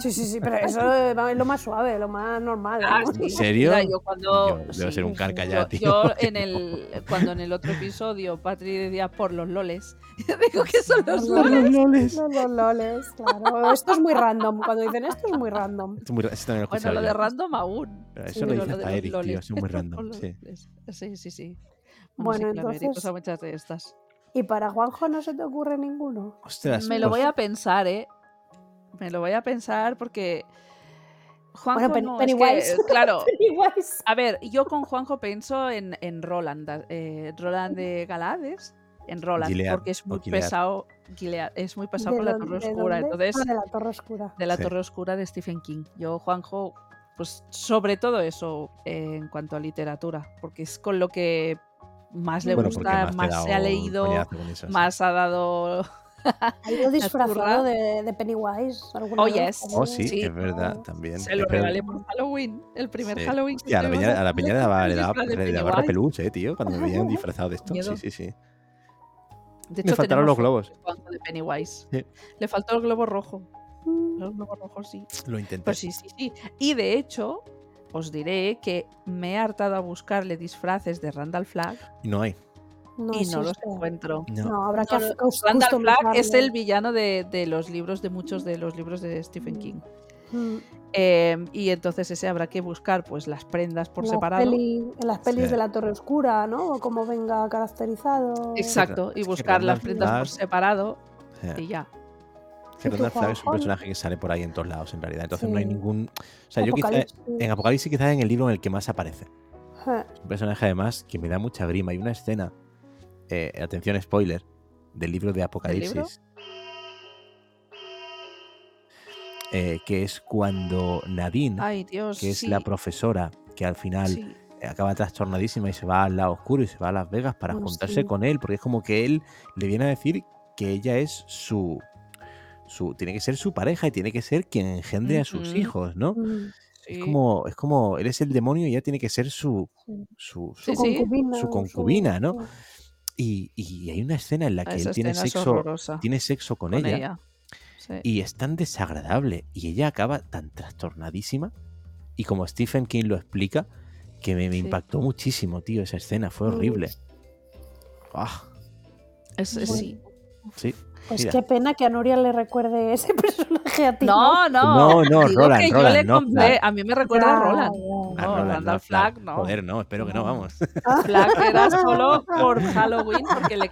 S5: Sí, sí, sí, pero eso es lo más suave, lo más normal.
S4: Ah,
S5: ¿no?
S3: ¿En
S4: sí.
S3: serio?
S4: Mira, yo cuando.
S3: Yo
S4: sí,
S3: debo ser un carca
S4: Yo,
S3: ya, tío.
S4: yo en el, cuando en el otro episodio Patri decía por los loles, digo que son los
S5: Por los
S4: loles.
S3: loles.
S5: Los lololes, claro. Esto es muy random. Cuando dicen esto es muy random.
S3: Esto es muy ra- eso también lo he
S4: Bueno,
S3: escuchado
S4: lo de
S3: yo.
S4: random aún.
S3: Pero
S5: sí,
S3: Eso lo
S4: pero
S3: dice
S4: de
S3: hasta
S4: los
S3: Eric, tío.
S4: loles,
S3: Eso es muy
S4: por
S3: random.
S4: los
S3: Sí.
S4: loles. sí, sí, sí.
S5: Bueno,
S4: sí, claro, Eric
S5: entonces-
S4: usa muchas de estas.
S5: Y para Juanjo no se te ocurre ninguno.
S3: Ostras.
S4: Me lo
S3: pues,
S4: voy a pensar, ¿eh? Me lo voy a pensar porque. Juanjo,
S5: Pen-
S4: no, es que,
S5: Pennywise.
S4: claro,
S5: Pennywise.
S4: A ver, yo con Juanjo pienso en, en Roland, da- eh, Roland de Galades, en Roland,
S3: Gilead,
S4: porque es
S3: o
S4: muy
S3: Gilead.
S4: pesado, Gilead, es muy pesado
S5: ¿De
S4: con Pues la Torre
S5: dónde- de
S4: Oscura,
S5: dónde?
S4: entonces
S5: Ah, de la Torre Oscura.
S4: de la
S3: Sí.
S4: Torre Oscura de Stephen King. Yo Juanjo, pues sobre todo eso eh, en cuanto a literatura, porque es con lo que más le
S3: bueno, porque
S4: gusta, más,
S3: te he dado
S4: se ha
S3: un
S4: leído,
S3: coñazo con eso, sí.
S4: más ha dado.
S5: Ha ido
S4: turra.
S5: disfrazado de, de Pennywise. alguna
S4: Oh,
S5: vez,
S4: yes.
S5: alguna
S3: Oh,
S5: vez.
S3: sí,
S4: Sí.
S3: es verdad, también.
S4: Se
S3: es
S4: lo
S3: verdad.
S4: regalé por Halloween, el primer
S3: Sí.
S4: Halloween.
S3: Hostia, a la
S4: estuvimos
S3: peña, a la
S4: haciendo
S3: peña le daba, le
S4: el
S3: daba,
S4: disfraz de
S3: le daba
S4: Pennywise.
S3: repelús, eh, tío, cuando me veían disfrazado de esto.
S4: Miedo.
S3: Sí, sí, sí. Me
S4: De hecho,
S3: faltaron los
S4: tenemos
S3: globos.
S4: Juanjo de Pennywise.
S3: Sí.
S4: Le faltó el globo rojo.
S5: Mm.
S4: El globo rojo, sí.
S3: Lo intenté.
S4: Pues sí, sí, sí. Y de hecho, os diré que me he hartado a buscarle disfraces de Randall Flagg
S3: Y no hay.
S5: No
S4: y no los
S5: existe.
S4: encuentro.
S3: No.
S5: No, habrá que
S4: No, no,
S5: cus-
S4: Randall Flagg es
S5: customizarlo.
S4: el villano de, de los libros, de muchos de los libros de Stephen King.
S5: Mm.
S4: Eh, y entonces ese habrá que buscar pues las prendas por
S5: En las
S4: separado.
S5: peli- en las pelis
S3: Sí.
S5: de la Torre Oscura, ¿no? O como venga caracterizado.
S4: Exacto,
S3: Es
S4: y
S3: que
S4: buscar
S3: Randall
S4: las prendas por
S3: Flagg-
S4: separado
S3: Eh,
S4: y ya.
S3: que Randall Flagg es un personaje que sale por ahí en todos lados, en realidad. Entonces no hay ningún. O sea, yo quizá. En Apocalipsis, quizás en el libro en el que más aparece. Es un personaje, además, que me da mucha grima. Hay una escena. eh, atención, spoiler. Del libro de Apocalipsis.
S4: libro?
S3: eh, que es cuando Nadine,
S4: Ay, Dios.
S3: que es
S4: sí,
S3: la profesora, que al final
S4: sí.
S3: acaba trastornadísima y se va al lado oscuro y se va a Las Vegas para
S5: Bueno,
S3: juntarse
S5: sí.
S3: con él, porque es como que él le viene a decir que ella es su, su tiene que ser su pareja y tiene que ser quien engendre a sus
S4: Ujú.
S3: hijos, ¿no?
S4: sí.
S3: Es como es como él es el demonio y ella tiene que ser su
S5: Sí.
S3: su,
S4: Sí,
S3: su-
S4: sí.
S5: concubina.
S3: su concubina, ¿no? Y, y hay una escena en la
S4: Ah,
S3: que
S4: esa
S3: él tiene
S4: escena es
S3: sexo
S4: horrorosa
S3: tiene sexo con,
S4: con
S3: ella,
S4: ella. Sí.
S3: y es tan desagradable y ella acaba tan trastornadísima y como Stephen King lo explica que me, me
S4: Sí.
S3: impactó muchísimo, tío, esa escena fue
S5: Mm.
S3: horrible. Ah,
S4: Es- es- sí.
S3: sí.
S5: Pues
S3: Mira.
S5: qué pena que a Nuria le recuerde ese personaje a ti.
S4: No, no.
S3: No, no,
S4: digo
S3: Roland,
S4: que yo
S3: Roland,
S4: le
S3: no,
S4: compré-
S3: Flag.
S4: A mí me recuerda a
S5: Ya,
S4: Roland.
S5: ya.
S3: Ah,
S4: No,
S3: Roland,
S4: Randall Flagg, no.
S3: Joder, no, espero que no, vamos.
S4: Flag era solo por Halloween porque le,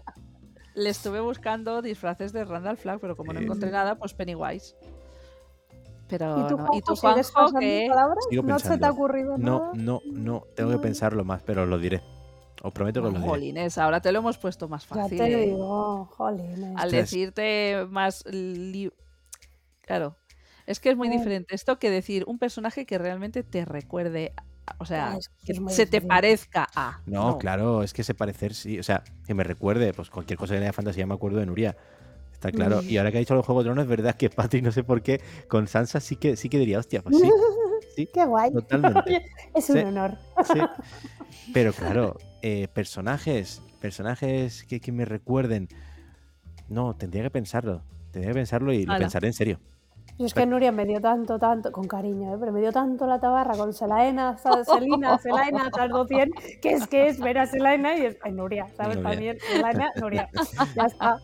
S4: le estuve buscando disfraces de Randall Flag, pero como no
S3: Sí.
S4: encontré nada, pues Pennywise. Pero
S5: ¿Y tú,
S4: no.
S5: Juanjo,
S4: ¿Y tú,
S5: sigues
S4: Juanjo,
S5: pensando
S4: qué?
S5: palabras?
S3: Sigo
S5: ¿No se te ha
S3: pensando.
S5: ocurrido
S3: No,
S5: nada?
S3: no, no, tengo que pensarlo más, pero lo diré. Os prometo que
S4: No,
S3: lo diré.
S4: Jolines, ahora te lo hemos puesto más
S5: Ya
S4: fácil.
S5: te
S4: eh.
S5: digo, jolín.
S4: Al
S3: Ostras.
S4: decirte más... li- Claro. Es que es muy
S5: Ay.
S4: diferente esto que decir un personaje que realmente te recuerde, a- o sea,
S5: Ya, es que
S4: que
S5: es muy
S4: se te
S5: difícil.
S4: parezca a.
S3: No, claro, es que ese parecer sí, o sea, que me recuerde, pues cualquier cosa que lea fantasía me acuerdo de Nuria. Está claro.
S4: Mm.
S3: Y ahora que ha dicho los Juegos de Tronos, es verdad que Patrick, no sé por qué, con Sansa sí que sí que diría, hostia, pues sí, sí,
S5: Qué guay.
S3: totalmente.
S5: Es un
S3: Sí.
S5: honor.
S3: sí. Pero claro, eh, personajes, personajes que, que me recuerden. No, tendría que pensarlo. Tendría que pensarlo y lo
S4: Ala.
S3: pensaré en serio.
S5: Yo es que Nuria me dio tanto, tanto, con cariño, ¿eh? pero me dio tanto la tabarra con Selaena, Sa- Selina, Selaena, Tardo 100, que es que es ver a Selaena y es ay, Nuria, ¿sabes?
S3: Nuria.
S5: También Selaena, Nuria. Ya está.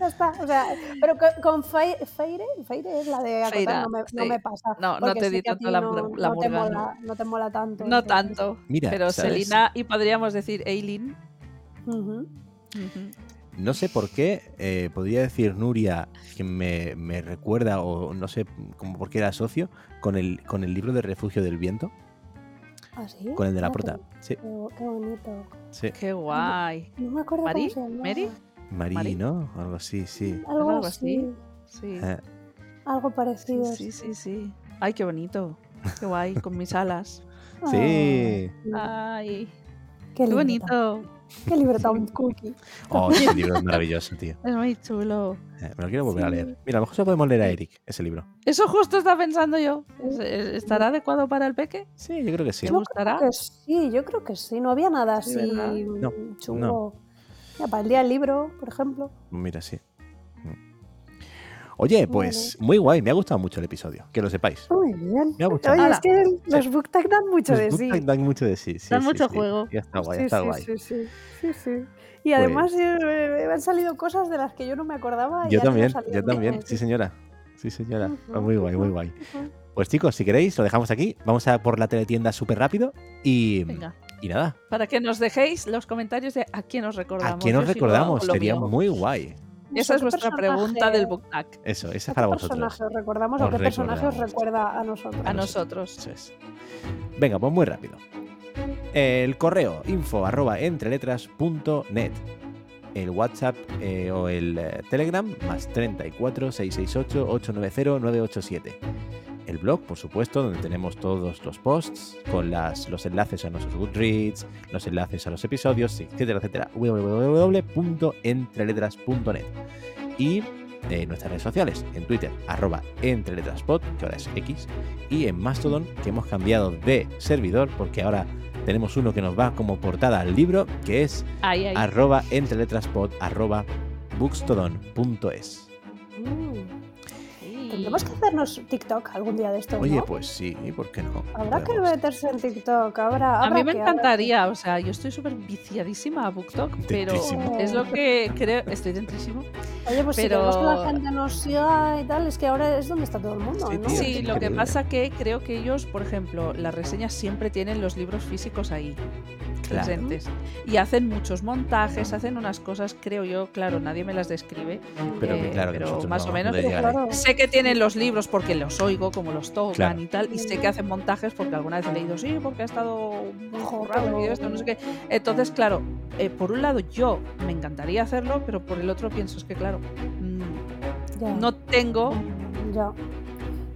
S5: ya está. O sea, pero con, con Fai- Feire, Feire es la de acotar,
S4: Feira,
S5: no, me, no
S4: sí.
S5: me pasa.
S4: No, no
S5: porque
S4: te
S5: sé
S4: di
S5: que a
S4: tanto
S5: ti
S4: la-
S5: no,
S4: la
S5: no te
S4: murga,
S5: mola, no te mola tanto.
S4: No
S5: entonces-
S4: tanto.
S3: Mira,
S4: Pero
S3: ¿sabes?
S4: Selina y podríamos decir Eileen.
S5: Ujú.
S4: Ujú.
S3: No sé por qué, eh, podría decir Nuria que me, me recuerda, o no sé como por qué la asocio, con el, con el libro de Refugio del Viento,
S5: ¿Ah, sí?
S3: con el de la
S5: Ah, qué-
S3: prota. Sí,
S5: Qué, qué bonito.
S3: sí.
S4: Qué guay.
S5: No me acuerdo
S4: ¿Mari?
S5: cómo se llamaba.
S4: ¿Mary?
S3: Marí,
S4: ¿Mari?
S3: ¿no? Algo así, sí.
S5: Algo,
S4: ¿Algo
S5: así.
S4: así? Sí.
S3: Eh,
S5: Algo
S4: Sí,
S5: parecido.
S4: sí, sí, sí. Ay, qué bonito. Qué guay, con mis alas.
S5: Ah,
S3: Sí.
S4: Ay,
S5: Qué,
S4: qué
S5: libro tan-
S4: bonito.
S5: Qué libro tan cookie.
S3: Oh, ese libro es maravilloso, tío.
S4: Es muy chulo.
S3: Eh, me lo quiero volver a leer. Mira, a lo mejor se lo podemos leer a Eric, ese libro.
S4: Eso justo está pensando yo. ¿Es- es- ¿Estará adecuado para el peque?
S3: Sí, yo creo que sí.
S4: ¿Te gustará?
S5: Que sí, yo creo que sí. No había nada
S4: Sí,
S5: así
S4: ¿verdad?
S3: No,
S5: mm, chungo. Ya, para el día del libro, por ejemplo.
S3: Mira, sí. Mm. Oye, pues muy guay, me ha gustado mucho el episodio, que lo sepáis.
S5: Muy bien.
S3: Me ha gustado.
S5: Oye,
S4: Ala.
S5: es que los booktag dan mucho
S3: Los
S5: de sí.
S3: booktags dan mucho de sí. sí,
S4: Dan
S3: sí,
S4: mucho
S3: sí.
S4: juego.
S3: Ya está guay, ya
S5: Sí,
S3: está
S5: sí,
S3: guay.
S5: sí, sí, sí, sí. Y además
S3: Pues-
S5: eh, han salido cosas de las que yo no me acordaba. y
S3: Yo
S5: ya te lo
S3: también,
S5: salía
S3: yo
S5: en mi
S3: también,
S5: cabeza.
S3: sí señora. Sí señora, Ah,
S5: Ujú,
S3: muy guay, muy
S5: ujú,
S3: guay.
S5: ujú.
S3: Pues chicos, si queréis, lo dejamos aquí. Vamos a por la teletienda súper rápido y,
S4: Venga.
S3: y nada,
S4: Para que nos dejéis los comentarios de a quién nos recordamos.
S3: ¿a quién nos
S4: Yo sigo
S3: recordamos?
S4: con lo
S3: Sería
S4: mío.
S3: muy guay.
S4: Esa
S5: ¿A
S4: es
S5: qué
S4: nuestra pregunta
S5: personaje-
S4: del book tag.
S3: Eso, ese
S5: ¿A
S3: es para
S5: qué
S3: vosotros.
S5: personaje os recordamos
S3: Os
S5: o qué personaje os
S3: recordamos.
S5: recuerda a nosotros?
S4: A nosotros.
S3: Eso es. Venga, pues muy rápido. El correo info arroba entreletras.net. El WhatsApp eh, o el eh, Telegram más 34 668 890 987. El blog, por supuesto, donde tenemos todos los posts con las, los enlaces a nuestros Goodreads, los enlaces a los episodios, etcétera, etcétera. www.entreletras.net. Y eh, nuestras redes sociales, en Twitter, arroba entreletraspod, que ahora es X, y en Mastodon, que hemos cambiado de servidor, porque ahora tenemos uno que nos va como portada al libro, que es
S4: Ahí, ahí.
S3: arroba entreletraspod, arroba bookstodon.es.
S5: Mm.
S4: Sí.
S5: Tendremos que hacernos TikTok algún día de estos,
S3: Oye,
S5: ¿no?
S3: pues sí, ¿por qué no?
S5: Habrá que
S3: Podemos-
S5: meterse en TikTok, habrá,
S4: A
S5: habrá
S4: mí me
S5: que, habrá
S4: encantaría, o sea, yo estoy súper viciadísima a BookTok, pero
S3: Dentrísimo.
S4: es lo que creo. Estoy dentrísimo.
S5: que. Oye, pues si
S4: pero-
S5: queremos que la gente nos siga y tal, es que ahora es donde está todo el mundo,
S3: Sí,
S5: ¿no?
S3: tío.
S4: Sí, lo que
S3: increíble.
S4: pasa que creo que ellos, por ejemplo, las reseñas siempre tienen los libros físicos ahí.
S3: Claro.
S4: presentes. Y hacen muchos montajes, hacen unas cosas, creo yo, claro, nadie me las describe.
S3: Pero que
S4: eh,
S3: claro, que
S4: pero
S3: nosotros
S4: más
S3: no
S4: o
S3: vamos a
S4: menos.
S3: poder llegar ahí.
S5: Claro.
S4: Sé que tienen los libros porque los oigo, como los tocan
S3: Claro.
S4: y tal, y sé que hacen montajes porque alguna vez he leído, sí, porque ha estado
S5: Ojo,
S4: raro el
S5: pero-
S4: vídeo esto, no sé qué. Entonces, claro, eh, por un lado yo me encantaría hacerlo, pero por el otro pienso, es que claro, mm,
S5: Ya,
S4: no tengo
S5: ya.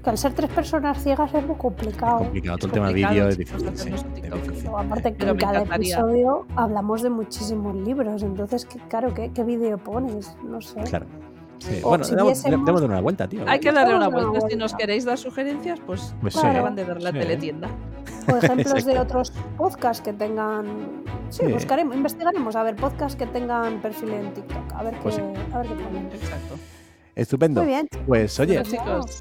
S5: Que al ser tres personas ciegas es muy complicado.
S3: complicado,
S4: es
S3: todo el tema
S4: complicado,
S3: vídeo es
S4: chicos,
S3: difícil. sí,
S4: hacernos un
S3: es
S4: TikTok.
S3: difícil.
S5: Pero aparte que
S4: Pero
S5: en
S4: me
S5: cada
S4: encantaría.
S5: episodio hablamos de muchísimos libros, entonces que, claro, ¿qué, qué vídeo pones? No sé.
S3: Claro. Sí,
S5: O
S3: Bueno,
S5: si
S3: le damos, le-
S5: viésemos-
S3: le damos de una vuelta, tío.
S4: Hay que darle una
S5: Vamos a dar una
S4: vuelta. Si nos
S5: vuelta.
S4: queréis dar sugerencias, pues
S3: Pues
S5: sí.
S4: acaban de ver la
S3: Sí.
S4: teletienda.
S5: O ejemplos de
S3: Exacto.
S5: otros podcasts que tengan. Sí,
S3: Sí.
S5: buscaremos, investigaremos a ver podcasts que tengan perfil en TikTok. A ver qué,
S3: Pues sí.
S5: a ver qué ponen.
S4: Exacto.
S3: Estupendo.
S5: Muy bien.
S3: Pues oye,
S4: Bueno, chicos,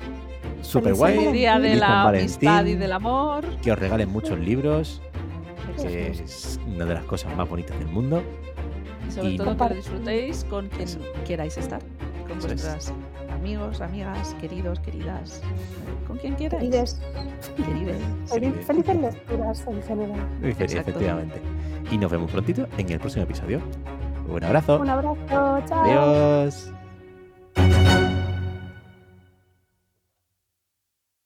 S3: súper
S4: feliz
S3: guay.
S4: día de
S3: Feliz San
S4: la
S3: Valentín.
S4: amistad y del amor.
S3: Que os regalen muchos libros, que
S4: Exacto.
S3: es una de las cosas más bonitas del mundo.
S4: Y sobre
S3: y-
S4: todo que lo disfrutéis con quien
S3: Eso.
S4: queráis estar. Con
S3: Eso es.
S4: vuestras amigos, amigas, queridos, queridas. Con quien quieras.
S5: Querides,
S4: Querides.
S5: feliz- felices lecturas en general.
S3: Efe-
S4: Exacto.
S3: Efectivamente. Y nos vemos prontito en el próximo episodio. Un abrazo.
S5: Un abrazo, chao.
S3: Oh. Adiós.